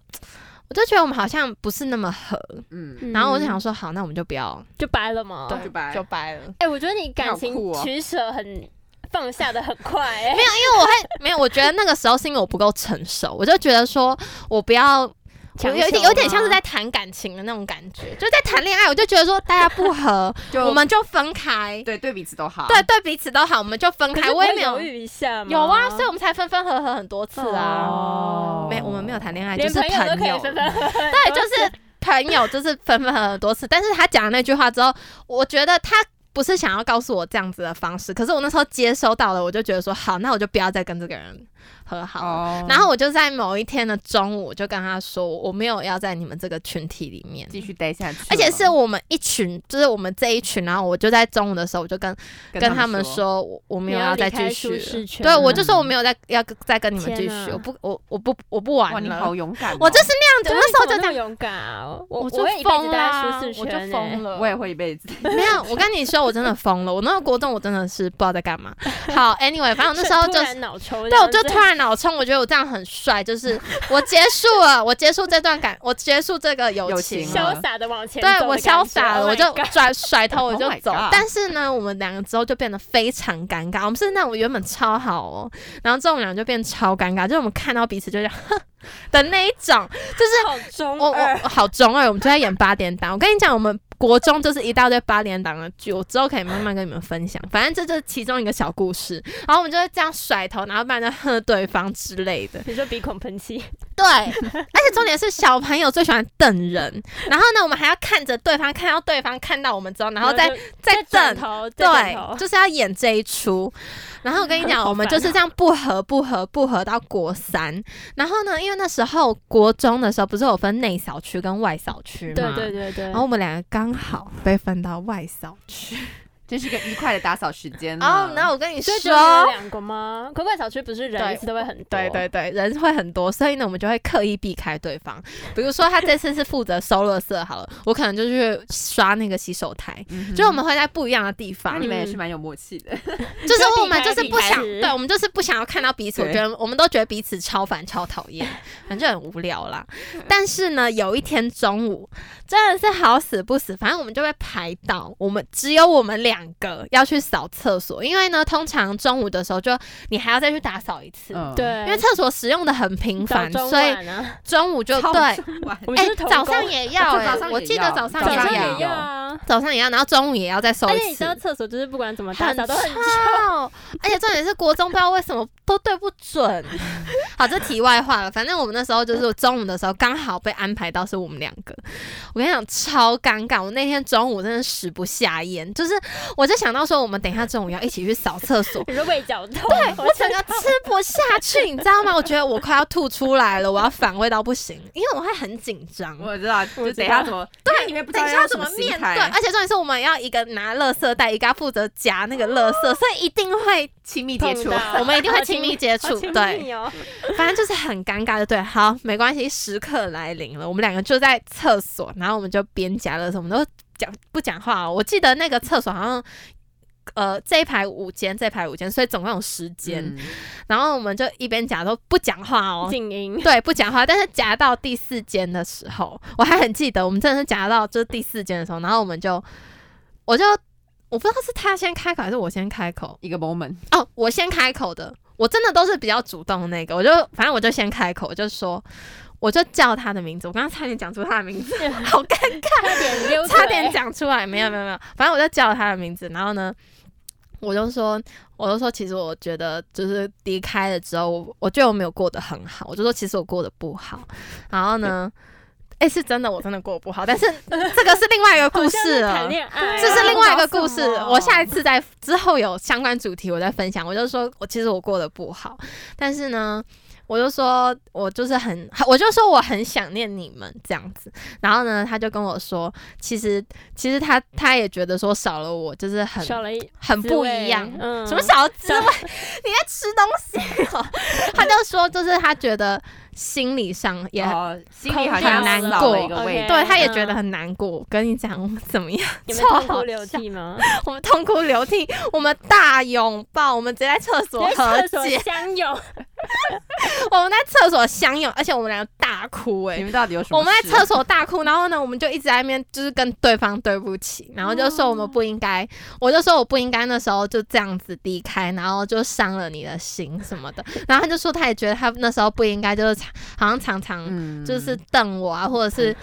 我就觉得我们好像不是那么合。
嗯，
嗯
然后我就想说，好，那我们就不要，
就掰了嘛。
对就掰
就掰了。
哎，我觉得你感
好酷
情
哦
取舍很放下的很 快，哎，
没有，因为我会没有，我觉得那个时候是因为我不够成熟，我就觉得说我不要。我
强
有一
求
点有点像是
吗
在谈感情的那种感觉，就在谈恋爱，我就觉得说大家不合，
就
我们就分开，
对对彼此都好，
对对彼此都好，我们就分
可
开。
是不
我也
会
没
犹
有
豫一下吗？
有啊，所以我们才分分合合很多次啊。
哦
没，我们没有谈恋爱，就
连
是
朋
朋
友都可以分分合合，
对，就是朋友，就是分分合合很多次。但是他讲了那句话之后，我觉得他不是想要告诉我这样子的方式，可是我那时候接收到了，我就觉得说好，那我就不要再跟这个人和好了。
哦
然后我就在某一天的中午，我就跟他说，我没有要在你们这个群体里面，
继续待下去了，
而且是我们一群，就是我们这一群。然后我就在中午的时候，我就跟跟他们，说，我我没有
你要
要再
离开
继续
舒
了
适圈
对，
了
我就说我没有再要再跟你们
天
继
哪
续，我不，我我不我不
哇，
玩
你
了
好。勇敢哦，
我就是那样子，
对
我那时候
你怎
就
么
这
那
样
么。勇敢啊！我
我
我
就
也一辈
疯
子待在
了，
舒适
我
圈、
就
欸，
疯了，
我也会一辈子。
没有，我跟你说，我真的疯了。我那个国中，我真的是不知道在干嘛。好，anyway，反正我那时候
突
就是，
然脑抽这
对，我
样子，
就突然脑冲，我觉得我这样很帅，就是我结束了，我结束这段感，我结束这个友
友
情
情
了
潇。洒的往前走的
对
感觉，
我潇洒了，
Oh my
我就
God
转甩头我就
Oh my
走
God。
但是呢，我们两个之后就变得非常尴尬。我们是那种原本超好哦，然后这种两个就变超尴尬，就是我们看到彼此就这样的那一种。
好中
我
嗯二
我。我好中二，我们就在演八点档。我跟你讲，我们国中就是一大堆八点档的剧，我之后可以慢慢跟你们分享。反正这就是其中一个小故事。然后我们就会这样甩头，然后不然就喝对方之类的。
比如说鼻孔喷气，
对，而且重点是小朋友最喜欢等人。然后呢，我们还要看着对方，看到对方看到我们之后，然后再
就
再
转
等。
头，再转
对，
头
就是要演这一出。然后我跟你讲，
好
我们
烦
就是
哦
这样不合、不合、不合到国三。然后呢，因为那时候国中的时候，不是有分内小区跟外小区吗？
对对。对对。
然后我们两个刚好被分到外小区。
这是一个愉快的打扫时间呢
哦，那我跟你
所以只有
说。
两个吗？可怪小区不是
对
人一次都会很多，
对对对，人会很多，所以呢，我们就会刻意避开对方。比如说，他这次是负责收垃圾好了，我可能就去刷那个洗手台，
嗯哼
就我们嗯会在不一样的地
那
方
你。们也是蛮有默契的，
就是
就
我们
避
就
开
是
避
不想，
开
对我们就是不想要看到彼此。我
对
觉得我们都觉得彼此超烦、超讨厌，反正很无聊啦。但是呢，有一天中午真的是好死不死，反正我们就被排到，我们只有我们两个要去扫厕所，因为呢，通常中午的时候就你还要再去打扫一次。
嗯，
对，
因为厕所使用的很频
早
繁，
中
所以
晚啊，
中午就
超
对，哎、
中晚
我们就是同
早
工
上也要、
哦
哎
早上
我
也
记得
要
早上
早
早
上
上
也
也
要，
要
要
啊。
早上也要，然后中午也要再收
而
一
哎且你知
次
道。厕所就是不管怎么打
很
扫都很
臭， 而且重点是国中不知道为什么都对不准。 好，这题外话了，反正我们那时候就是中午的时候刚好被安排到是我们两个，我跟你讲超尴尬，我那天中午真的食不下咽，就是我就想到说我们等一下中午要一起去扫厕所。
你说胃绞痛，对
我整个吃不下去，你知道吗？我觉得我快要吐出来了，我要反胃到不行，因为我会很紧张。
我知道，就
我
等
知道
一下怎么，对，你们不知
等
道
一下
要
要怎
么
么
心
面对？
态
而且重点是我们要一个拿垃圾袋，一个要负责夹那个垃圾，所以一定会
亲密接
碰
触，
到
我们一定会
好
亲密接触
好亲
啊
对
密哦
反正就是很尴尬，就对。好，没关系，时刻来临了。我们两个就在厕所，然后我们就边夹垃圾，我们都讲不讲话、哦。我记得那个厕所好像，呃，这一排五间，这一排五间，所以总共有十间。
嗯
然后我们就一边夹都不讲话哦，
静音，
对，不讲话。但是夹到第四间的时候，我还很记得，我们真的是夹到就是第四间的时候，然后我们就，我就我不知道是他先开口还是我先开口，
一个 moment，
哦，我先开口的，我真的都是比较主动的那个，我就反正我就先开口，我就说，我就叫他的名字，我刚刚差点讲出他的名字，好尴尬，
差 点溜嘴，
差点讲出来，没有没有没有，反正我就叫他的名字，然后呢，我就说，我就说，其实我觉得就是离开了之后，我我觉得我没有过得很好，我就说其实我过得不好，然后呢，诶，是真的，我真的过得不好，但是这个是另外一个
好
故
像
事
在
了
谈。恋爱哦，
这是另外一个 故事
搞什，么
我下一次在之后有相关主题我再分享。我就说我其实我过得不好，但是呢，我就说我就是很，我就说我很想念你们这样子。然后呢，他就跟我说，其实其实他他也觉得说少了我就是很
少了一
很
滋
不
味
一样。
嗯，
什么小滋味？ 你在吃东西哦、他就说，就是他觉得心理上也很
哦，心里好
空
像
掉了
少了一个味
OK
道，
对，他也
嗯
觉得很难过。我跟你讲，我们怎么样？
你们
超
痛
好
哭流
笑
涕吗？
我们痛哭流涕，我们大拥抱，我们直接在厕所
在
和
厕所
解，
相拥，
我们在厕所相拥，而且我们两个大哭哎、
你们到底有什么？
我们在厕，所大哭，然后呢，我们就一直在那边就是跟对方对不起，然后就说我们不应该，我就说我不应该那时候就这样子离开，然后就伤了你的心什么的，然后他就说他也觉得他那时候不应该，就是常好像常常
嗯
就是瞪我啊，或者是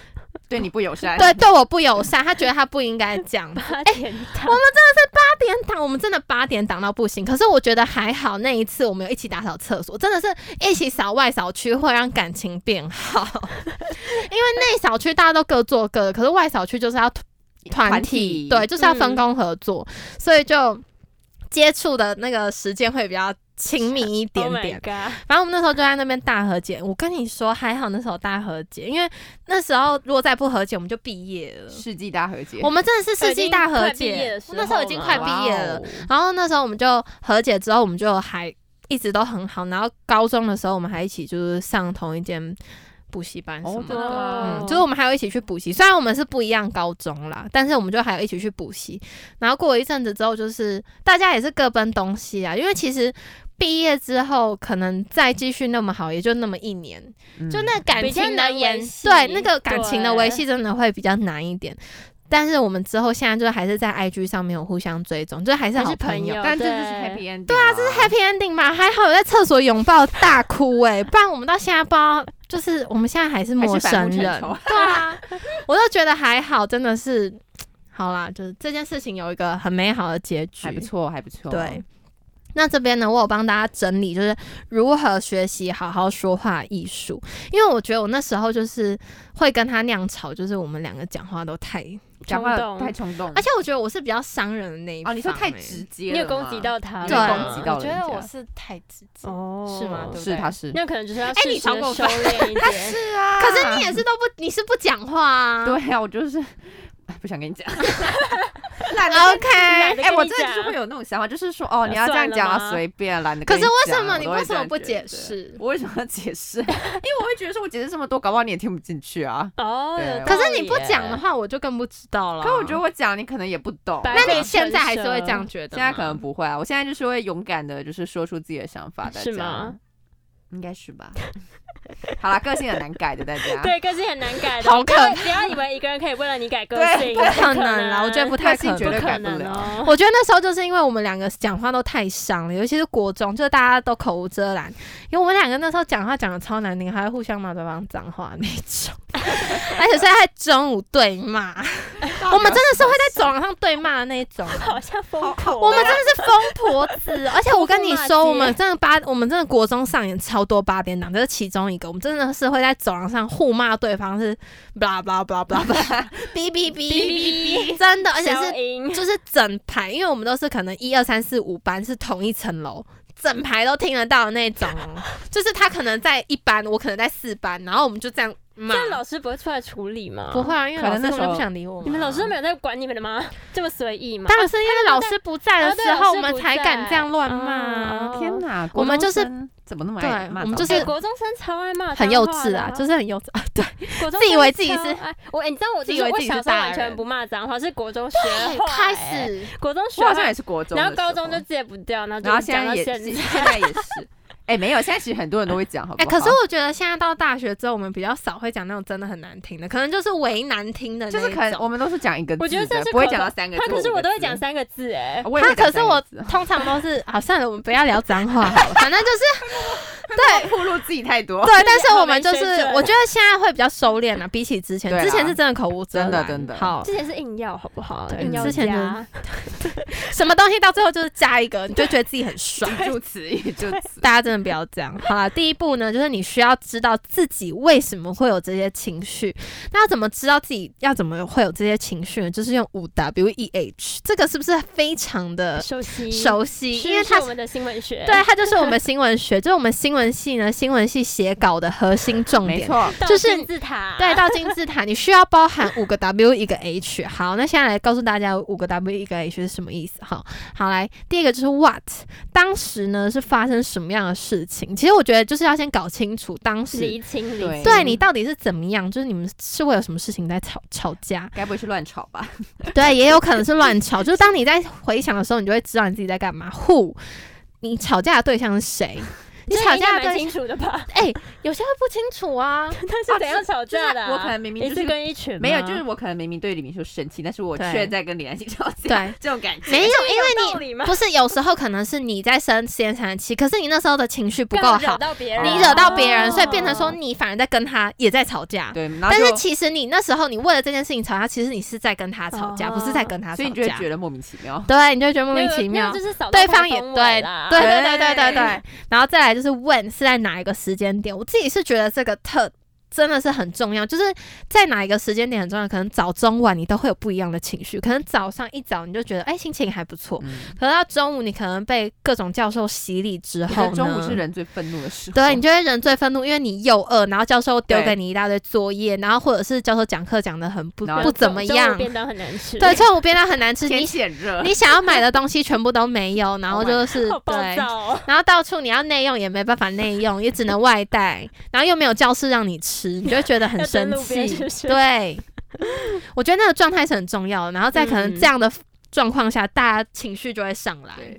对你不友善，
对对我不友善，他觉得他不应该这样
八点档
哎我八点档，我们真的八点档到不行。可是我觉得还好，那一次我们有一起打扫厕所，真的是一起扫外扫区会让感 情变好。因为内扫区大家都各做各的，可是外扫区就是要团
体
对，就是要分
嗯
工合作，所以就接触的那个时间会比较亲密一点
Oh
点
my。god！
然后我们那时候就在那边大和解。我跟你说，还好那时候大和解，因为那时候如果再不和解，我们就毕业了。
世纪大和解，
我们真的是世
已经
纪大和
快毕业
解
的时，候
那时候已经
了
快
哇
毕业了
哦。
然后那时候我们就和解之后，我们就还一直都很好。然后高中的时候，我们还一起就是上同一间补习班什
哦
么，
真
的。
的吗
嗯，就是我们还有一起去补习，虽然我们是不一样高中啦，但是我们就还有一起去补习。然后过了一阵子之后，就是大家也是各奔东西啊，因为其实毕业之后可能再继续那么好，也就那么一年，
嗯
就那感
比较
情的
难
延
维系
对那个感情的维
对
系真的会比较难一点。但是我们之后现在就是还是在 IG 上面有互相追踪，就是还是
还
好
是朋
友
友。
但这就是
对
happy ending。对啊，这是
Happy ending 吧，还好有在厕所拥抱大哭哎、不然我们到现在不知道，就是我们现在还是陌生
还是
人
反目成，
对啊，我都觉得还好，真的是，好啦，就是这件事情有一个很美好的结局，
还不错，还不错。
对，，那这边呢，我有帮大家整理，就是如何学习好好说话艺术。因为我觉得我那时候就是会跟他那样吵，就是我们两个讲话都太，
讲话
冲动
太冲动
而。且我觉得我是比较伤人的那一
哦，
方、
你说太
欸
直接了
嗯你
吗，
有攻击到他，
对，
有攻击到
我觉
人
得
家
我是太直接。
哦，
是吗对不
是他是，
那可能就是要
哎
适
你
时
常跟
的
我
收
分
敛一点。
是啊
可是你也是都不，你是不讲话啊？
对啊，我就是 不想跟你讲，懒得跟。
，OK。
懒得
哎、
跟
我
你
真的就是
讲
会有那种想法，就是说，哦，
那
你要这
算
样
了
讲啊，
吗
随便，懒得
可
跟
是
讲。
为什么你
我都会
为什么
这样
不
觉
解
得？
释？
我为什么要解释？ 因为我会觉得说，我解释这么多，搞不好你也听不进去啊。
哦，
对
有
可
道
是你
理
不
耶
讲的，话，我就更不知道了。
可我觉得，我讲，你可能也不懂。
白
那
费
你现在还是
唇
会
舌
这样觉得
现
吗？
在可能不会啊，我现在就是会勇敢的，就是说出自己的想法。大
是
家
吗？
应该是吧。 好啦，个性很难改的，大家。
对个性很难改的，
啊好
不要
可
不要以为一个人可以为了你改个
对
性，
不可能啊
能
啦，我觉得不
不
太
个性
可能，
绝对改
可
不
能
了
哦。
我觉得那时候就是因为我们两个讲话都太伤了，尤其是国中，就是大家都口无遮拦。因为我们两个那时候讲话讲的超难听，还会互相骂对方脏话那种， 而且是在中午对骂，我们真的是会在走廊上对骂的那种。
好像疯
好
狂，
我们真的是疯婆 子，而且我跟你
疯
说，
婆
我们真的八，我们真的国中上演超多八点档，这是其中一个。我们真的是会在走廊上互骂对方是 blah blah blah blah blah，哔哔哔，
哔哔哔，
真的，而且是
消音
就是整排，因为我们都是可能一二三四五班是同一层楼，整排都听得到的那种哦。就是他可能在一班，我可能在四班，然后我们就这样骂。
这老师不会出来处理吗？
不会啊，因为
可
老
能
师根
那
本
时
就
候
不想理我。啊
你们老师都没有在管你们的吗？这么随意吗？
当然是因为老师不在
哦
的
对
时
老
候，
师
我们
不
才
在
敢这样乱
哦
骂。啊
天哪，
我们
国
就是
中生怎么那么爱
对，
骂
我
脏
们
话？
就是
哎国中生超爱骂脏话的，
很幼稚啊，就是很幼稚啊。对，
国中
自以为自己
生
是
超爱我，哎，你知道我
自
就
以
是
为
我
自己是
小时候
大
完全
人哎
不骂脏话，是国中学坏
开
哎
始
国中学
我好像
坏
也是国中的
然
时
后
候，
高中就戒不掉，然后
然后
就
现
讲
在
到
也
现
是，
在。
现在也是，哎、没有，现在其实很多人都会讲，好不
哎，
好？
可是我觉得现在到大学之后，我们比较少会讲那种真的很难听的，可能就是为难听的那
就是可
一
能
种
我们都是讲一个字的，
我觉得这是
不会
口头
讲到三个字
他
或五
可
个字。哦
是我都会讲三个字哎，
我也
他
会
啊可
讲
是
三
我
个 字，
通常都 是，好，算了，我们不要聊脏话好了，反正就是
我暴露自己太多，
对，但是我们就是
好没水，准
我觉得现在会比较收敛了，啊比起之前
对，啦啊
之前是真的口无遮拦，
真的真的
好，
之前是硬要好不好？
对
硬要
之前就
加
什么东西到最后就是加一个，你就觉得自己很 爽。
就此 一就此。
大家真的不要这样。好了，第一步呢，就是你需要知道自己为什么会有这些情绪。那要怎么知道自己要怎么会有这些情绪呢？就是用五 W E H，这个是不是非常的
熟悉
熟悉？
呃是
因为
是
它
我们的新闻学，
对，它就是我们新闻学，就是我们新闻系呢，新闻系写稿的核心重
没
点。
错，
到
就是
金字塔，
对，到金字塔，你需要包含五个 W 一个 H。好，那现在来告诉大家五个 W 一个 H 是什么意思。好，好来，第一个就是 What，当时呢是发生什么样的事情？其实我觉得就是要先搞清楚当时
厘清
对
厘清，
对你到底是怎么样，就是你们是会有什么事情在吵吵架？
该不会是乱吵吧？
对，也有可能是乱 吵。就是当你在回想的时候，你就会知道你自己在干嘛。Who，你吵架的对象是谁？你
这
吵
应该
架的
蛮
对
清
象，
楚的 吧？
哎、有些会不清楚啊。
他是怎样吵架的啊？
我可能明明
一
就
次
是
跟一群吗
没有，就是我可能明明对李明秀生气，但是我
对
却在跟李兰心吵架，
对，
这种感觉
没有，因为你
道 理吗？
不是，有时候可能是你在生时间产气，可是你那时候的情绪不
刚
够好
好 惹，到别人，
你惹到别人，
哦
所以变成说你反而在跟他也在吵架。
对，然后
但是
就
其实你那时候你为了这件事情吵架，其实你是在跟他吵架，
哦
不是在跟他
所
吵
以你就会
架。
觉得莫名其妙。
对，你就会觉得莫
那
名
个
其
那
妙
个。就是扫到
对
他的
方也
风
对
尾啦
对对 对
对
对对对，然后再来就是问是在哪一个时间点，我自己是觉得这个特真的是很重要，就是在哪一个时间点很重要。可能早中晚你都会有不一样的情绪，可能早上一早你就觉得哎、心情还不错，
嗯
可是到中午你可能被各种教授洗礼之
我
后
觉
呢，
得中午是人最愤怒的时候。
对你就会人最愤怒，因为你又饿，然后教授丢
对
给你一大堆作业，然后或者是教授讲课讲的很不
然后
不怎么
中午
样，
便当很难吃。
对，中午变得很难吃，
天
你
气很热，
你想要买的东西全部都没有，然后
Oh my
就是、
好暴
对。
躁哦。
然后到处你要内用也没办法内用，也只能外带，然后又没有教室让你吃，你就会觉得很
要蹲
生
路边
气
是不。是
对，我觉得那个状态是很重要的。然后在可能
嗯
这样的状况下，大家情绪就会上来，
对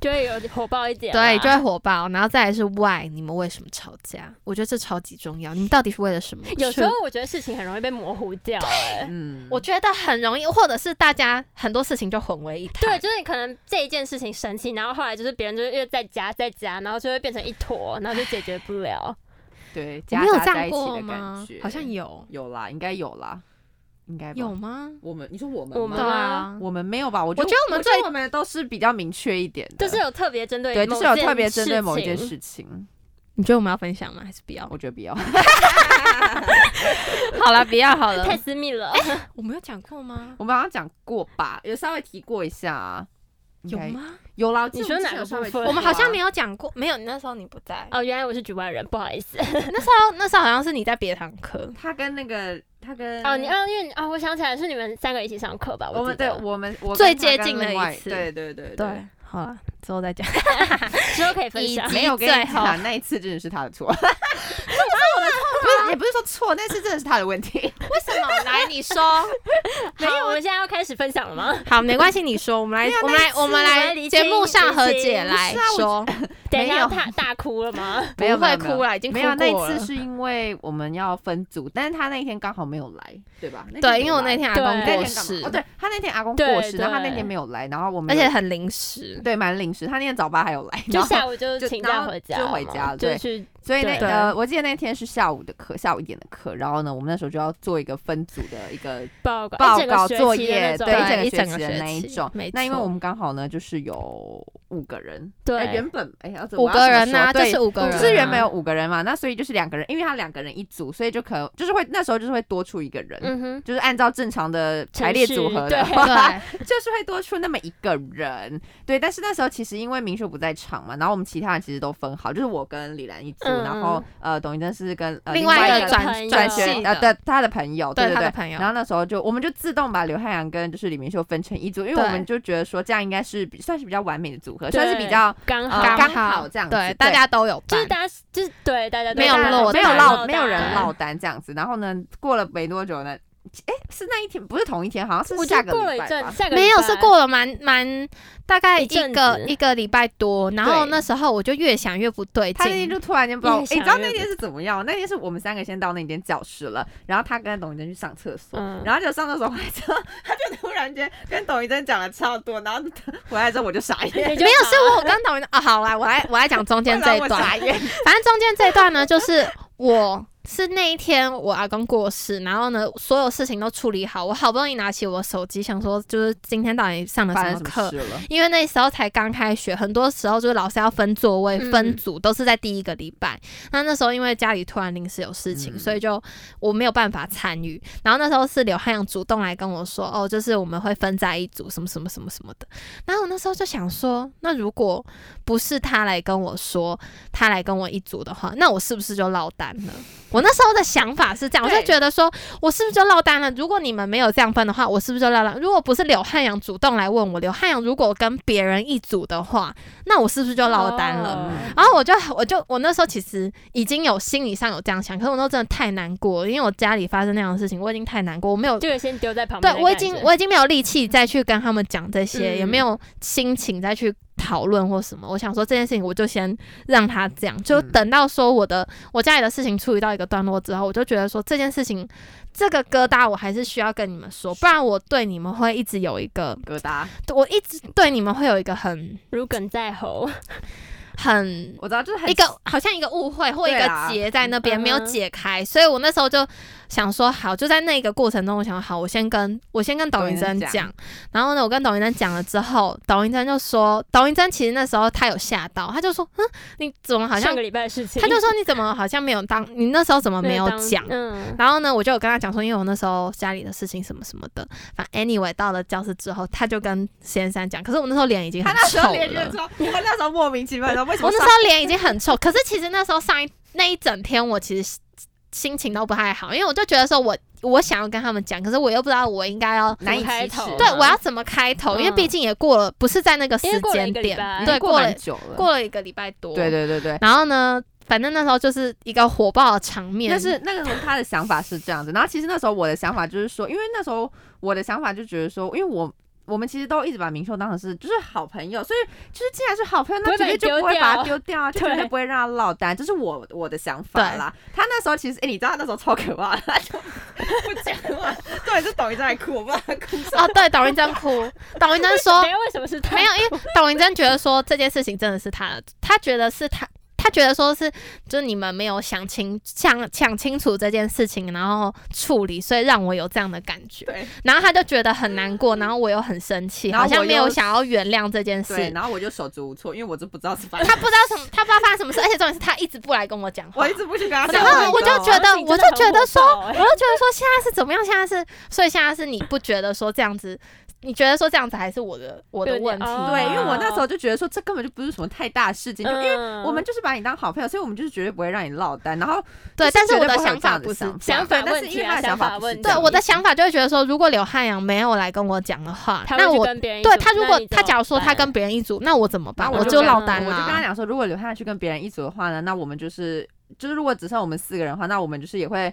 就会有点火爆一点啦。
对，就会火爆。然后再来是 why，你们为什么吵架？我觉得这超级重要。你们到底是为了什么？
有时
是
候我觉得事情很容易被模糊掉、哎，
嗯，
我觉得很容易，或者是大家很多事情就混为一谈。
对，就是你可能这一件事情生气，然后后来就是别人就是又在夹在夹，然后就会变成一坨，然后就解决不 了。
对，
你
夹
们有这
杂在
样
一起
过
的
吗
感觉？
好像有，
有啦，应该有啦，应该吧
有。吗？
我们，你说我们
我
吗
们
对啊，
我们没有吧？我
我觉得我们
我觉
最
得我们都是比较明确一点的，
就是有特别针对
对，就是有
某件
特别针对某一
事情
件事情，
你觉得我们要分享吗？还是不要？
我觉得比 较
好了，不要好了。
太私密了。
哎
我没有讲过吗？
我们好像讲过吧，有稍微提过一下啊，应
有
该
吗？
有啦，我记
你
得
说
我们之
哪
前
个
有稍微
部分
提
我们好像
过
没
啊
有讲过，呃没有，你那时候你不在。
哦，原来我是局外人，不好意思。
那时候那时候好像是你在别堂课，
他跟那个他跟
哦，你哦，因为你哦，我想起来是你们三个一起上课吧？
嗯我
记
们对
得
我们我
最
跟他
接
跟
近的
另
一
外
次
对对对，
对，好了，之后再讲。
之后可以分享
以。及
没有跟
最
你
后
讲那一次真的是 他的错，不是我的错，不是也不是说错，那次真的是他的问题。
为什么？来，你说。
没
啊
有，我们现在要开始分享了吗？
好，没关系，你说。我们来，我们来，我们来节目上和解
啊
来说，
等一下
没
要
有
大大哭了 吗？
不会哭啊了，已经哭
没
过
有，
了。
那一次是因为我们要分组，但是他那一天刚好没有来，对吧？那天
对，
没
因为我那
来
天阿
对
公过
你那天干嘛
世
哦，，对他那天阿公
对
过世，然后他那
对
天没有来，然后我们
而且
有
很临时。
对蛮临时，他那天早八还有来，
就
然后
下午就
就
请
然
假
后
回家
就
了嘛，
回家了
就
对
去
所以那
对
呃，我记得那天是下午的课，下午一点的课，然后呢，我们那时候就要做一个分组的一个
报告哎
报
一整个
告
学
作
期的
业，
那种
对
对
一
一
整
整
个
个学期的那
学
一
期
种
没。
那因为
错
我们刚好呢，就是有五个人，
对
哎原本哎呀，
五个人呐、
呐，
这
对
是五个
五
人、啊，
是原本有五个人嘛，那所以就是两个人，因为他两个人一组，所以就可能就是会那时候就是会多出一个人，
嗯哼，
就是按照正常的排列组合的
程序
对，
话，就是会多出那么一个人。对，但是那时候其实因为明秀不在场嘛，然后我们其他人其实都分好，就是我跟李兰一组，
嗯
然后呃董一真是跟、呃、
另
外
外一
个
个
朋
转
友
转
学
系
呃
的，
对他的朋友，对
对
对
他的
对。
朋友
然，后那时候就我们就自动把刘汉阳跟就是李明秀分成一组，因为
对
我们就觉得说这样应该是比算是比较完美的组合，
对
算是比较
刚
呃
好
刚好这样子
对，
对
大家都有
就是
办，
大家就是对大家都
没有
大家
落
都
没有
单
落没有人
单
落单这样子。然后呢，过了没多久呢，哎，是那一天不是同一天，好像
我
是
觉
下
得
个
过了
礼
一
拜
阵，
吧。
下个礼
没有
拜
是 过了蛮蛮大概
一
一
阵
个
子
一个礼拜多，然后
对
那时候我就越想越不对
他那天
劲，
就突然间不知道，
越
诶
想
你知道
越
那天是怎么样？那天是我们三个先到那间教室了，然后他跟董一珍去上厕所，
嗯
然后就上厕所回来之后，他就突然间跟董一珍讲了差不多，然后回来之后我就傻眼，
没
没有是我跟导演啊，好来，我来我来讲中间这
然
一
后我
段，
傻眼，
反正中间这一段呢，就是我是那一天我阿公过世，然后呢，所有事情都处理好，我好不容易拿起我的手机，想说就是今天到底上了
发
什
生
么
什么
课。
事了？
因为那时候才刚开学，很多时候就是老师要分座位、
嗯
分组，都是在第一个礼拜。那那时候因为家里突然临时有事情，
嗯
所以就我没有办法参与。然后那时候是刘汉阳主动来跟我说，哦，就是我们会分在一组，什么什么什么什么的。然后我那时候就想说，那如果不是他来跟我说，他来跟我一组的话，那我是不是就落单了？我那时候的想法是这样，我就
对
觉得说，我是不是就落单了？如果你们没有这样分的话，我是不是就落单？如果不是柳汉阳主动来问我，柳汉阳如果跟别人一组的话，那我是不是就落单了？
嗯
哦
然后我就我就我那时候其实已经有心理上有这样想，可是我那时候真的太难过了，因为我家里发生那样的事情，我已经太难过，我没有
就有先丢在旁边
对
的感觉。
我已经我已经没有力气再去跟他们讲这些，
嗯
也没有心情再去讨论或什么。我想说这件事情，我就先让他这样，就
嗯
等到说我的我家里的事情处理到一个段落之后，我就觉得说这件事情这个疙瘩我还是需要跟你们说，不然我对你们会一直有一个，
疙瘩，
我一直对你们会有一个很
如鲠在喉，
很
我知道，就是很
一个好像一个误会或一
对
个
啊
结在那边
嗯
没有解开，所以我那时候就想说好，就在那个过程中，我想好，我先跟我先跟
抖
董云
音
珍
讲
讲，然后呢，我跟董云珍讲了之后，董云珍就说，董云珍其实那时候她有吓到，她就说，嗯，你怎么好像
上个礼拜的事情，
他 就说你怎么好像没有当，你那时候怎么没有
当
讲？
嗯，
然后呢，我就有跟他讲说，因为我那时候家里的事情什么什么的，反正 anyway 到了教室之后，他就跟先生讲，可是我那时候脸已经
他
很
那时
臭
候脸
了
就，说，他那时候莫名其妙说为 什
我
么
那
上
时候脸已经很臭，可是其实那时候上一那一整天，我其实心情都不太好，因为我就觉得说我我想要跟他们讲，可是我又不知道我应该要。
难以
开
启齿
头，
对，我要怎么开头？因为
嗯
毕竟也过了，不是在那个时
因为过了一
间
个礼
点
拜，
对，过了
蛮久哎了，
过了一个礼拜多，
对对对对。
然后呢，反正那时候就是一个火爆的场面，
但是那个时候他的想法是这样子，然后其实那时候我的想法就是说，因为那时候我的想法就觉得说，因为我我们其实都一直把明秀当成是就是好朋友，所以就是既然是好朋友，那
不
绝对
会把你
就不
丢
会把他
掉
丢掉啊，就绝对
对
不会让他落单，这是我我的想法
对
啦。他那时候其实，哎、你知道他那时候超可怕的，他就不讲 话，重点是抖音在哭，我不知道他哭什么。
哦，对，董云珍哭，董云珍说
等一下为什么 是他？
没有，因为董云珍觉得说这件事情真的是他的，他觉得是他。他觉得说是，就是你们没有想清想想清楚这件事情，然后处理，所以让我有这样的感觉。
对
然后他就觉得很难过，然后我又很生气，
然后
好
我
像没有
又
想要原谅这件
对，
事。
然后我就手足无措，因为我真不知道是 反正
他不知道什么，他不知道发生什么事，而且重点是他一直不来跟我讲话。
我一直不去跟他讲
然
话。
后我
你
就
知道吗
觉得，
你
我就
真的很
觉得
火
说，
爆
我
欸
就 觉得说，现在是怎么样？现在是，所以现在是你不觉得说这样子，你觉得说这样子还是我的我的
有点
问题吗？
哦
对，因为我那时候就觉得说，这根本就不是什么太大的事情，就因为
嗯
为
我们就是把你当好朋友，所以我们就是绝对不会让你落单。然后
对，
就是
但是
绝
我
对
的
不会有
想
这样
法
的
不是
想法
想
对
法
但
问
是因
题
为
啊
他的想
想
法
法
不是
问
这
题
对
样
我的想法就会觉得说，如果刘汉阳没有来跟我讲的话，
他会
那
去
我
跟别人一
对
组
他如果
那你怎
他
么
假如说他
办
跟别人一组，那我怎么办？
然后
我
就
就落
跟
单
我就跟他
啦。
讲说，如果留下去跟别人一组的话呢，那我们就是就是如果只剩我们四个人的话，那我们就是也会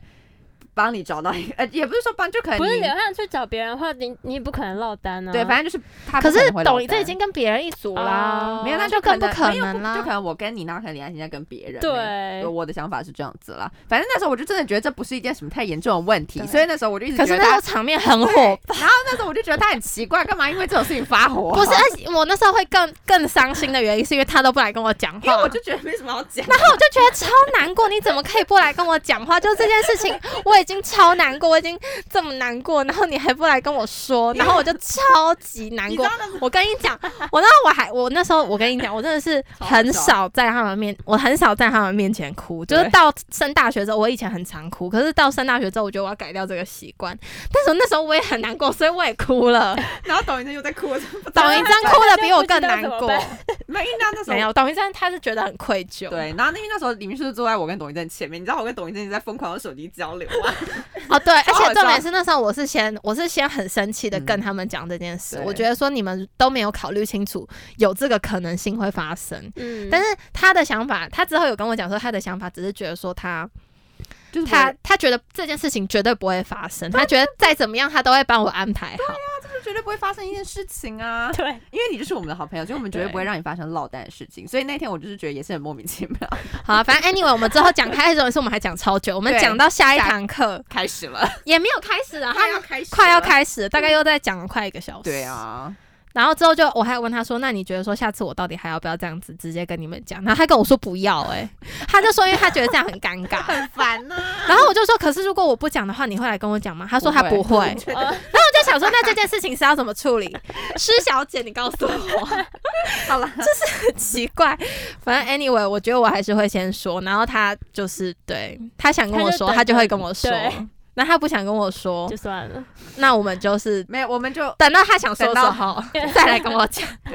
帮你找到一个，呃，也不是说帮，就可能
不是
你
刘汉去找别人的话，你你不可能落单啊。
对，反正就是他不
嗯可
能
是
会落
董
单
这已经跟别人一组啦
哦，
没有，那
就
可
更不
能
可
没有
能
就可
啦。
能我跟你，那可能李安现在跟别人。
对
我的想法是这样子啦，反正那时候我就真的觉得这不是一件什么太严重的问题，
对
所以那时候我就一直
可
觉
是
得
那时
他
候场面很火，
然后那时候我就觉得他很奇怪，干嘛因为这种事情发火？啊
不是，而且我那时候会更更伤心的原因，是因为他都不来跟我讲
因
话
为我。就觉得没什么好讲。
然后我就觉得超难过，你怎么可以不来跟我讲话？就这件事情，我已经超难过，我已经这么难过，然后你还不来跟我 说，然后我就超级难
你知
过
道。那时候
我跟你讲，我那我还我那时候我跟你讲，我真的是很少在他们面，我很少在他们面前哭。就是
对
到升大学之后，我以前很常哭，可是到升大学之后，我觉得我要改掉这个习惯。但是我那时候我也很难过，所以我也哭了。
然后董云珍又在哭，我真不
董
懂
云珍哭的比我更
不知道
难
怎 么
过，
办
没有，因为那那时候
没有董云珍她是觉得很愧疚。
对，然后那因为那时候李明是坐在我跟董云珍前面，你知道我跟董云珍一直在疯狂的手机交流吗？
哦，对，而
超好
且重点
笑
是那时候我是先我是先很生气的
嗯
跟他们讲这件事，
对
我觉得说你们都没有考虑清楚有这个可能性会发生。
嗯，
但是他的想法，他之后有跟我讲说，他的想法只是觉得说他
就是
他
我
他觉得这件事情绝对不会发生，他觉得再怎么样他都会帮我安排 好。
就是绝对不会发生一件事情啊，
对，
因为你就是我们的好朋友，所以我们绝对
对
不会让你发生落单的事情。所以那天我就是觉得也是很莫名其妙，
好啊，反正 anyway，我们之后讲开始的时候，我们还讲超久，我们
对
讲到下一
下
堂课
开始了，
也没有开始啊，他们
开始
快要。开始，大概又在讲了快一个小时。
对啊，
然后之后就我还问他说：“那你觉得说下次我到底还要不要这样子直接跟你们讲？”然后他跟我说不要、欸，他就说因为他觉得这样很尴尬。
很烦啊呐。
然后我就说：“可是如果我不讲的话，你会来跟我讲吗？”他说他不
不
会。
觉
呃
然后我就想说，那这件事情是要怎么处理？ 施小姐，你告诉我，
好了，
很奇怪。反正 anyway，我觉得我还是会先说，然后他就是对他想跟我说，他
他就等着
就会跟我说
对。
那他不想跟我说
就，算了。
那我们就是
没有，我们就
等到他想说的时
等到
候再来跟我讲，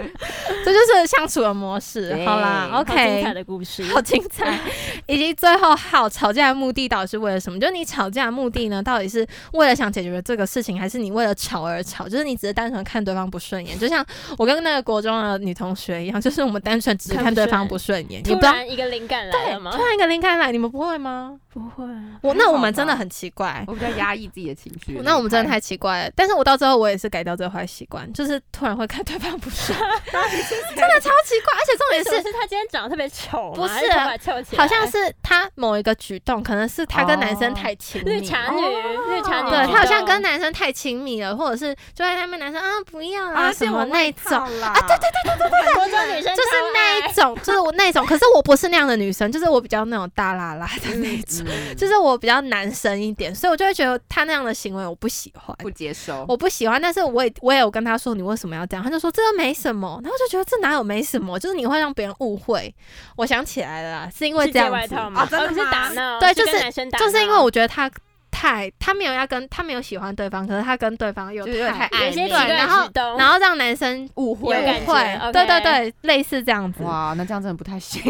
这就是相处的模式。
对
好啦
好
好精彩
，OK。
的故事，
好精彩， 以及最后好吵架的目的到底是为了什么？就是你吵架的目的呢，到底是为了想解决这个事情，还是你为了吵而吵？就是你只是单纯看对方不顺眼，就像我跟那个国中的女同学一样，就是我们单纯只是看对方不顺眼，你
突
不要
然一个灵感来
对
了吗？
突然一个灵感来，你们不会啊吗？
不会，
我那我们真的
还好吧
很奇怪，
我比较压抑自己的情绪。
那我们真的太奇怪了。但是我到最后我也是改掉这个坏习惯，就是突然会看对方不 顺， 真的超奇怪。而且重点
是
是，
是他今天长得特别丑吗，
不是
还头发翘起来，
好像是他某一个举动，可能是他跟男生
哦
太亲密。
绿茶女，
哦
绿茶女，
对他好像
你知道
跟男生太亲密了，或者是就在那边男生啊不要啦、
啊
什么那种，
啊，对对对对对
国中女生
就是那一种，就是我那种。可是我
嗯
不是那样的女生，就是我比较那种大啦啦的那种。
对，
就是我比较男生一点，所以我就就会觉得他那样的行为我不喜欢，
不接受。
我不喜欢。但是我也我也有跟他说你为什么要这样，他就说这又没什么，然后我就觉得这哪有没什么，就是你会让别人误会。我想起来了啦，是因为这
是借
样
外
子，
套啊吗？
哦真的
不是
吗
打闹，
对就
跟
是
男生打闹，
就是因为我觉得他太他没有要跟他没有喜欢对方，可是他跟对方又
就是有点
太
太
有一些
暧昧
对
奇怪
然
的
后
举动，
然后让男生
误
有
会
有感
误
觉
会，
OK
对对对，类似这样子。
哇，那这样真的不太行。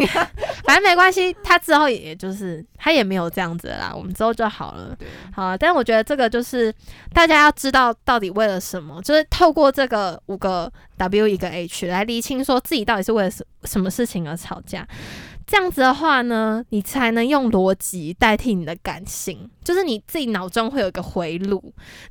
反正没关系，他之后也就是他也没有这样子了啦，我们之后就好了。
对，
好啊，但我觉得这个就是大家要知道到底为了什么，就是透过这个五个 W 一个 H 来厘清说自己到底是为了什什么事情而吵架。这样子的话呢，你才能用逻辑代替你的感性，就是你自己脑中会有一个回路，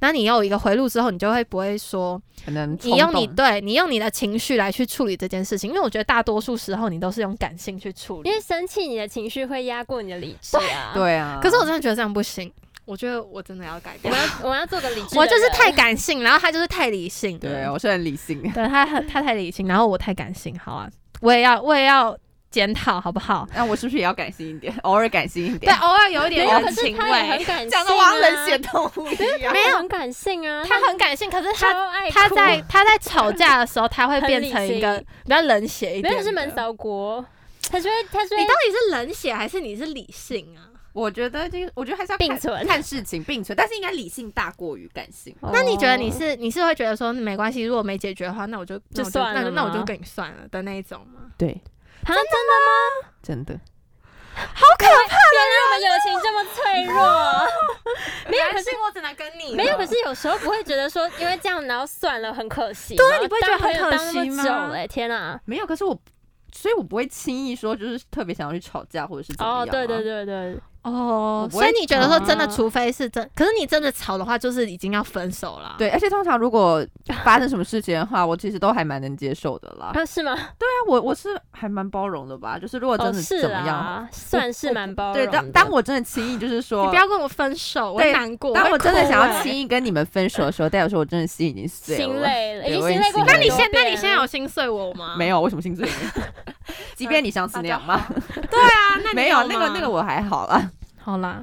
然后你有一个回路之后，你就会不会说
可能
你用你
冲动
对你用你的情绪来去处理这件事情，因为我觉得大多数时候你都是用感性去处理
因。为生气，你的情绪会压过你的理智啊。，
对啊，
可是我真的觉得这样不行，我觉得我真的要改
我
变
们。要我们要做个理智的人，
我就是太感性，然后他就是太理性。
对哦我是很理性。
对他很他太理性，然后我太感性。好啊，我也要我也要检讨，好不好？
那我是不是也要感性一点？偶尔感性一
对，啊
点，
偶尔有一
没
点
有，可
人
是
情
他也很
味。
感性、啊，
讲的我好像冷血动物一 样。
没有
很感性啊，
他很感性，可是他
超爱
他
哭
在他在吵架的时候，他会
很
变
理
成一
性
个比较冷血一
没
点的。
有是闷骚国，他就会他就
你
会
到底是冷血还是你是理性啊？
我觉得这个，我觉得还是要
并
看
存
看事情并存，但是应该理性大过于感性。
那你觉得你是你是会觉得说没关系，如果没解决的话，那我就那
就
我
算
那
了
那我就
吗
跟你算了的那一种吗？
对，
啊？真的吗？
真的。
原来我们友情这么脆 弱。
没有，可是我只能跟你
没有，可
是
是有时候不会觉得说，因为这样然后算了，很可惜吗。
对啊你不会觉得
当
很可
当那么
惜吗
久欸天啊！
没有，可是我，所以我不会轻易说，就是特别想要去吵架或者是怎么样、啊
哦，对对，对对，
哦
我，不
所以
会
你觉得说真的，
吵啊
除非是真，可是你真的吵的话，就是已经要分手了。
对，而且通常如果发生什么事情的话，我其实都还蛮能接受的 啦。
啊是吗？
但我我是还蛮包容的吧，就是如果真
哦
的
是
怎么样，
啊，算是蛮包容
对，
的。
当当我真的轻易就是说，
你不要跟我分手，我会
对
难过。
当
会
我真的
哭
想
欸
要轻易跟你们分手的时候，代表说我真的心已经碎
心
了。
累了，已
对
经
我也
心
心
累过很
累
多
那
遍了。
你现那你现在有心碎我吗？嗯
没有，为什么心碎？ 即便你上次那样吗？
对啊，那你
没
有
那个
吗
那个我还好啦。
好啦，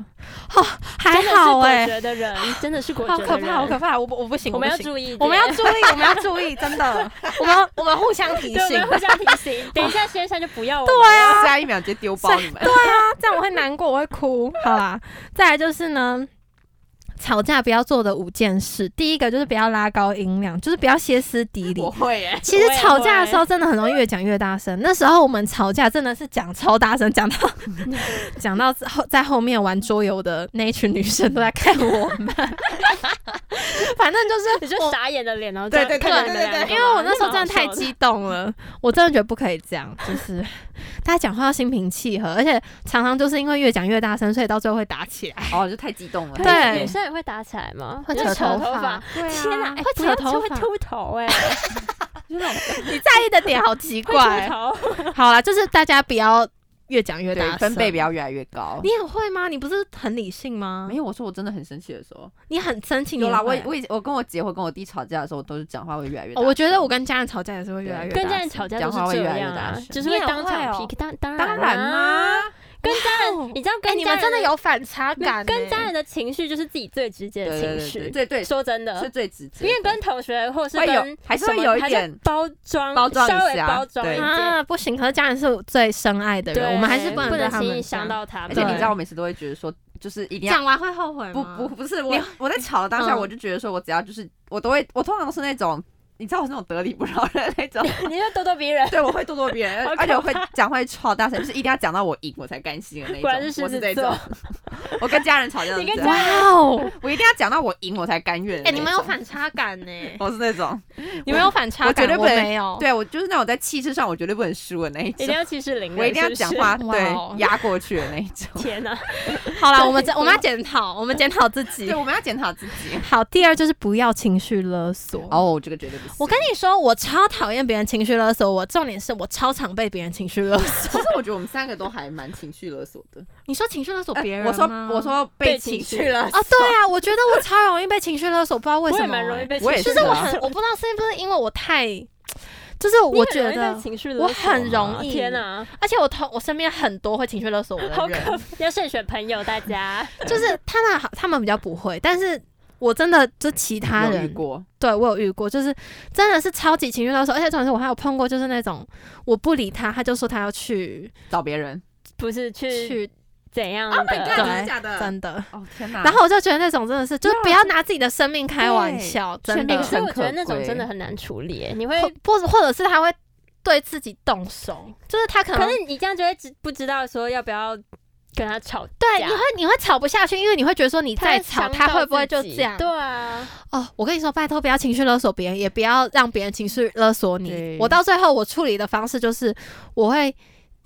哦还
真的是
好
果
哎，
决的人真的是果
好
决
可
的
怕，好
人。
可怕，我不我不行，
我们要
不行
注意一点，
我们要注意，我们要注意，真的，我们要我们互相提
对，我
醒
们要。互相提 醒。等一下先生就不要我们了。
对啊，
下一秒直接丢包你们。
这样我会难过，我会哭。好啦，再来就是呢，吵架不要做的五件事，第一个就是不要拉高音量，就是不要歇斯底里
我。会耶，
其实吵架的时候真的很容易越讲越大声。那时候我们吵架真的是讲超大声，讲到嗯 讲到后在后面玩桌游的那一群女生都在看我 们，反正就是
你就
我
傻眼的脸，然后
对
这
对
样看
对
着你
对
们两个
因为我那时候
蛮
真的太
好笑
激动了，我真的觉得不可以这样，就是 大家讲话要心平气和，而且常常就是因为越讲越大声，所以到最后会打起 来，
哦，就太激动了。
对
可是女生也会打起来吗？
会
就
扯
扯
头
发
发。，对啊
天哪，哎
会
不
扯
要
头
会
发，
秃头哎，
就那种
你在意的点好奇
会秃
怪。
头。
好啦，就是大家不要越讲越大
对
声，
分贝不。要越来越高
你。很会吗？你不是很理性吗
没？有，我说我真的很生气的时候，
你很生气，你
有啦，
很
我
会
也我以前我跟我姐或跟我弟吵架的时候，我都是讲话会越来越大
哦，
声。
我觉得我跟家人吵架也是会越
对
来越大
跟
声。
家人吵架都
讲话会
是这
越来越
样啊
大声，
就是
你
会
也
当场
会哦
pick，当当
当
然
然
啦，
啦，
跟
家人
你知道
哎，
跟
你
家
们
人
真的有反差感欸，
跟家人的情绪就是自己最直
嗯
接的
对
情
对对
绪。
对对，
说真的
是，最直接
因
的。
为跟同学或是
会有
跟
还是
什
会
么
有一
还是
点
包装，
包装一
稍微
下
包装一
对
点。
啊，不行，可是家人是最深爱的
对，
人，我们还是
不
能让他
轻
们
易伤
这样。
到他
而
们。
且你
对
知道，我每次都会觉得说，就是一定要
讲完会后悔
不
吗？
不不是我
你
我在吵的当下，
嗯
我就觉得说我只要就是我都会，我通常都是那种你知道我是那种得理不饶人的那种，
你就咄咄逼人，
对我会咄咄逼人
好，可
而且我会讲话会超大声，就是一定要讲到我赢我才甘心的那一种。
果然是
我
狮
是
子
这
座
种， 我跟家人吵架都是
你跟
这
家
样，
哇哦！
我一定要讲到我赢我才甘愿。
哎，你们有？反差感呢？哦
我是那种，
你们有反差
我
感
绝，对
我
不能
没有。
对我就是那种在气势上我绝对不能输的那一
一
种
定，要息事宁人。
我一定要
是不
讲
是
话
哇哦
对压过去的那一种。
天哪、
好啦，我们这我们要检讨，我们检讨自己
对，。我们要检讨自己。
好，第二就是不要情绪勒索。
哦，这个绝对不行。
我跟你说，我超讨厌别人情绪勒索。我重点是我超常被别人情绪勒 索。
其实我觉得我们三个都还蛮情绪勒索的。哎
你哎说情绪勒索哦别人、
我说我。 说
被
被
情
情
绪
绪勒
啊，对啊，我觉得我超容易被情绪勒索，不知道为
我
什
也
么、
蛮容易
欸。
被情
我也
绪
就是是我
啊
很，我不知道是不是因为我太，就是
你
我
很
觉
容易
得
被，情绪
我
勒索
很容
啊
易，
天哪，
而且我同我身边很多会情绪勒索我的
好可
人，
怕！要慎选朋友，大 家。
就是他们好，他们比较不会，但是我真的就其他
有遇
人，
过，
对我有遇过，就是真的是超级情绪勒索，而且重点是我还有碰过，就是那种我不理他，他就说他要去
找别人。
不是去呃
去，
怎样
Oh my
的
god，
对
真的假的？
真的。
哦天哪！
然后我就觉得那种真的是，就是不
Yeah，
要拿自己的生命开玩
对
笑，真
全
的
力，
所以我觉得
很可
那种
贵
啊真的很难处理耶，你会。
或或者或者是他会对自己动手，就是他可
可
能
是你这样就会知不知道说要不要跟他吵架？
对，你会你会吵不下去，因为你会觉得说你再吵，
伤
他
到
会不会
自
就
己
这样？
对啊，
哦，我跟你说，拜托不要情绪勒索别人，也不要让别人情绪勒索你
对。
我到最后我处理的方式就是，我会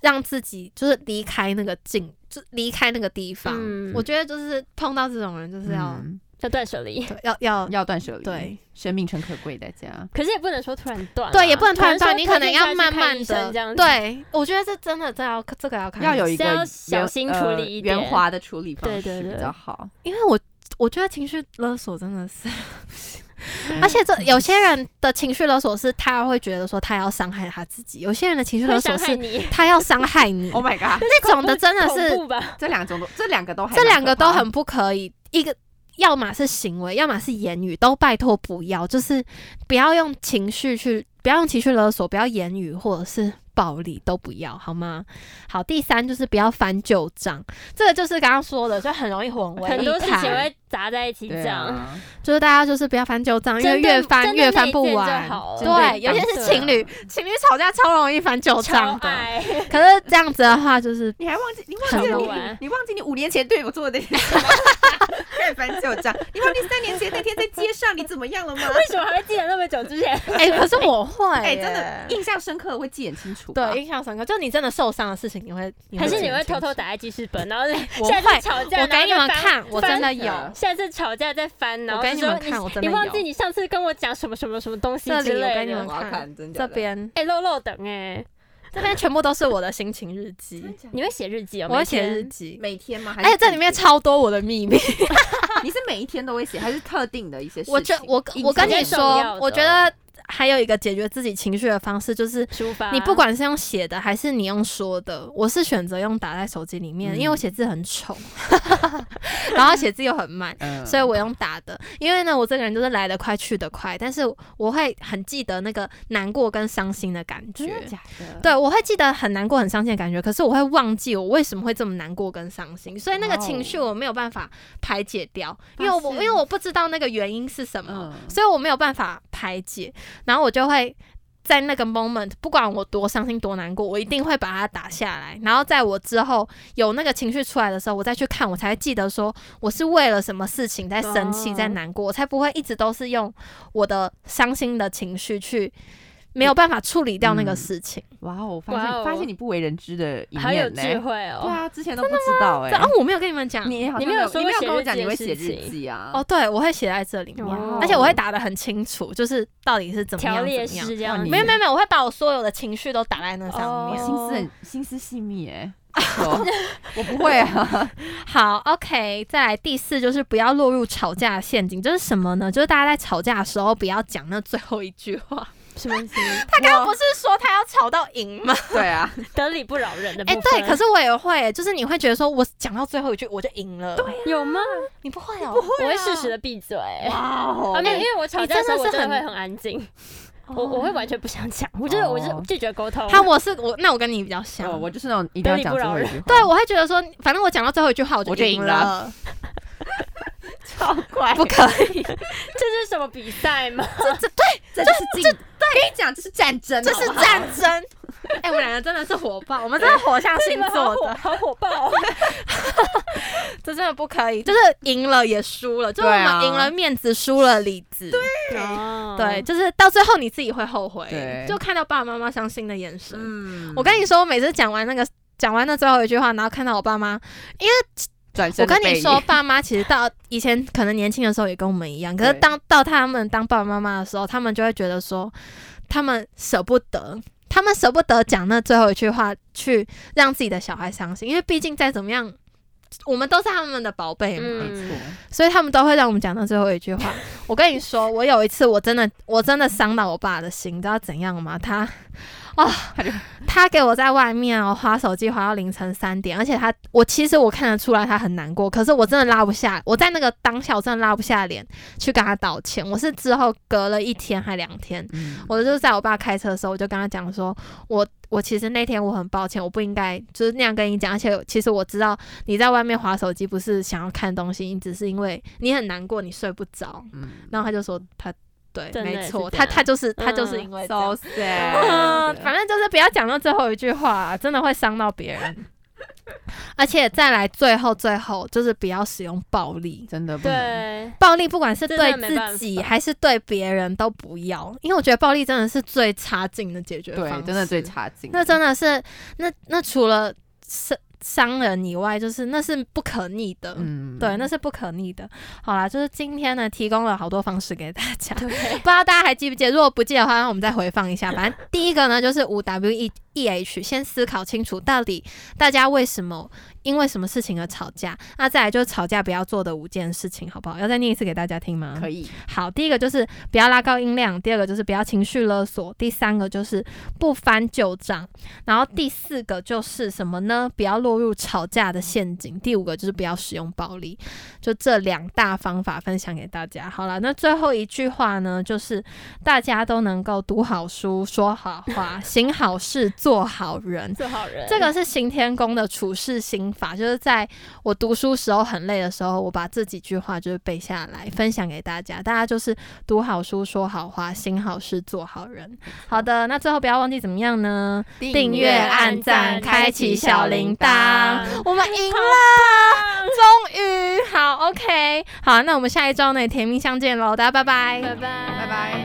让自己就是离开那个境，就离开那个地方。
嗯
我觉得就是碰到这种人，就是要、
嗯
要断舍离。
对要要
要断舍离，
对，
生命诚可贵，大家。
可是也不能说突然断啊，
对，也不能突然断，你可能
说
要
推荐
慢
他去看
慢
医生
的
这样子。
对，我觉得这真的这要这个要看医
要
生，
有一个
是要
圆
小心处理一点
呃圆滑的处理方
对
式
对对
比较好。
因为我我觉得情绪勒索真的是。
啊
而且这有些人的情绪勒索是他会觉得说他要伤害他自己，有些人的情绪勒
会
索
伤害
是
你，
他要伤害 你。
Oh my god，
那种的真的
恐
是，
怖吧？
这两种都，这两个都还
这
蛮
两个
可怕
都很不可以。一个要么是行为，要么是言语，都拜托不要，就是不要用情绪去，不要用情绪勒索，不要言语或者是暴力，都不要，好吗？好，第三就是不要翻旧账，这个就是刚刚说的，就很容易混为
很
一
多事情
谈。
会砸在一起
对
讲。
啊，
就是大家就是不要翻旧账，因为
针对
越翻
针对
越翻不
那一件就
完。
好了
对，尤其
当
是
事
情侣，情侣吵架超容易翻旧
超
账的。
爱，
可是这样子的话，就是
你还忘记你忘
很
记了
好
你
玩
你忘记你五年前对我做的那些吗？ 开始翻旧账，你忘记三年前那天在街上你怎么样了吗？
为什么还会记得那么久之 前？
哎、可是我会、
哎，
耶
真的印象深刻的会记很清楚吧。
对，印象深刻。就你真的受伤的事情，你会
还是
记
你
得
会
清
偷偷
楚？
打在记事本，然后
我
下
会
次吵架，
我
然
给
后
你
就
们
翻
看，我
翻
真的
着
有，
下次吵架再翻，然
我
后
给
就
你
说
们看我真的
你忘记
有
你上次跟我讲什么什么什么东西
这
之
里我
类
给你们
的。
看，，
真
这边
哎，漏漏等哎，
这边全部都是我的心情日记，
你会写日记哦？
嗯我会
每
写
天
日记，
每天吗？还
而
是
且哎这里面超多我的秘密。
你是每一天都会写，还是特定的一些事情？
我觉我
印
我跟
象
你
深
中
刻
说，我觉得还有一个解决自己情绪的方式就是。
抒
啊
发。
你不管是用写的还是你用说的，我是选择用打在手机里面，
嗯
因为我写字很丑， 然后写字又很慢，
嗯
所以我用打的，因为呢，我这个人就是来得快去得快，但是我会很记得那个难过跟伤心的感觉
真。的假的？
对，我会记得很难过、很伤心的感觉，可是我会忘记我为什么会这么难过跟伤心，所以那个情绪我没有办法排解掉，因为我
但
因
哦啊
为
是
我不知道那个原因是什么，
嗯，
所以我没有办法排解，然后我就会在那个 moment，不管我多伤心多难过，我一定会把它打下来，然后在我之后有那个情绪出来的时候，我再去看，我才会记得说我是为了什么事情在生气、
哦
在难过，我才不会一直都是用我的伤心的情绪去。没有办法处理掉那个事情，
哇哦，发现、
哇哦
发现你不为人知的一
好有
面呢、
智慧
对
哦。
啊，之前都不知道哎、
然后、哦、我没有跟你们讲
你好
你
像没
没有
有
说
你没有
写
跟我
日
讲
记
你
的
会
事
写日
情
记啊？
哦，，对我会写在这里面，
哇哦
而且我会打得很清楚，就是到底是怎么样怎
条
么
列
样。
式这样
哇
子，
你
没有没有没有，我会把我所有的情绪都打在那上面。
哦
心思很心思细 密哎、哦我不会啊，
好，OK，再来第四就是不要落入吵架的陷阱，这是什么呢？就是大家在吵架的时候不要讲那最后一句话。
什么意思？
他刚 刚不是说他要吵到赢吗？
对啊，
得理不饶人的部
哎、
分。
对，可是我也会，就是你会觉得说我讲到最后一句我就赢了。对，啊
有吗？
你不会哦、
我会适时的闭嘴。啊，
哇哦
没有，因为我吵架的时候
你
我真
真
的
的是很哦
会很安静，我我会完全不想讲，我就是我就是
哦
拒绝沟通。
他我是我，那我跟你比较像。
哦，我就是那种一定要讲最后一句话，
对，啊我会觉得说，反正我讲到最后一句话我
我
就
就
赢
赢
了，啊
超快，
不可以，
这是什么比赛吗？
这就是竞，跟你讲这是战争，
这是
好不好
战争。 哎、我们两个真的是火爆，我们真的火象
你
星
们
座
好火
的，
好火爆哦！
这真的不可以，就是赢了也输了，就是我
对啊
们赢了面子，输了里子。对。 对，就是到最后你自己会后悔
对，
就看到爸爸妈妈伤心的眼神。
嗯
我跟你说，我每次讲完那个讲完那最后一句话，然后看到我爸妈，
转身
我
的
跟
背影，
你说，爸妈其实到以前可能年轻的时候也跟我们一样，可是
对
当到他们当爸爸妈妈的时候，他们就会觉得说，他们舍不得。他们舍不得讲那最后一句话，去让自己的小孩伤心，因为毕竟再怎么样，我们都是他们的宝贝嘛。
嗯
没错，
所以他们都会让我们讲到最后一句话。 我跟你说，我有一次我真的我真的伤到我爸的心，你知道怎样吗？他哦
他就，
他给我在外面哦划手机划到凌晨三点，而且他我其实我看得出来他很难过，可是我真的拉不下，我在那个当下我真的拉不下脸去跟他道歉。我是之后隔了一天还两天，
嗯
我就是在我爸开车的时候，我就跟他讲说，我我其实那天我很抱歉，我不应该就是那样跟你讲，而且其实我知道你在外面划手机不是想要看东西，你只是因为你很难过，你睡不着。
嗯
然后他就说他对，
真的
没
是
错，
这
他
样
他就是他就是
嗯
因为这样
，so
嗯，
sad，
反正就是不要讲到最后一句话、啊真的会伤到别人。 而且再来最后最后就是不要使用暴力，
真的不能，
对，
暴力不管是
真
对
的没办
自己
法
还是对别人都不要，因为我觉得暴力真的是最差劲的解决方
对
式，，
真的最差劲，嗯
那真的是那那除了伤伤人以外，就是那是不可逆的。
嗯
对，那是不可逆的。好啦，就是今天呢，提供了好多方式给大家，
对，
不知道大家还记不记得？如果不记得的话，让我们再回放一下。反正第一个呢，就是五 W E E H，先思考清楚到底大家为什么因为什么事情而吵架。那再来就是吵架不要做的五件事情，好不好？要再念一次给大家听吗？
可以，
好，第一个就是不要拉高音量，第二个就是不要情绪勒索，第三个就是不翻旧账，然后第四个就是什么呢？不要落入吵架的陷阱，第五个就是不要使用暴力。就这两大方法分享给大家。好了，那最后一句话呢，就是大家都能够读好书、说好话、行好事、做好人。
做好人，
这个是行天宫的处世心法，就是在我读书时候很累的时候，我把这几句话就是背下来，分享给大家。大家就是读好书、说好话、行好事、做好 人。好的，那最后不要忘记怎么样呢？订阅按赞开启小铃铛我们赢了，终于好，OK，好，那我们下一周呢，甜蜜相见喽，大家拜拜，
拜拜，拜
拜拜。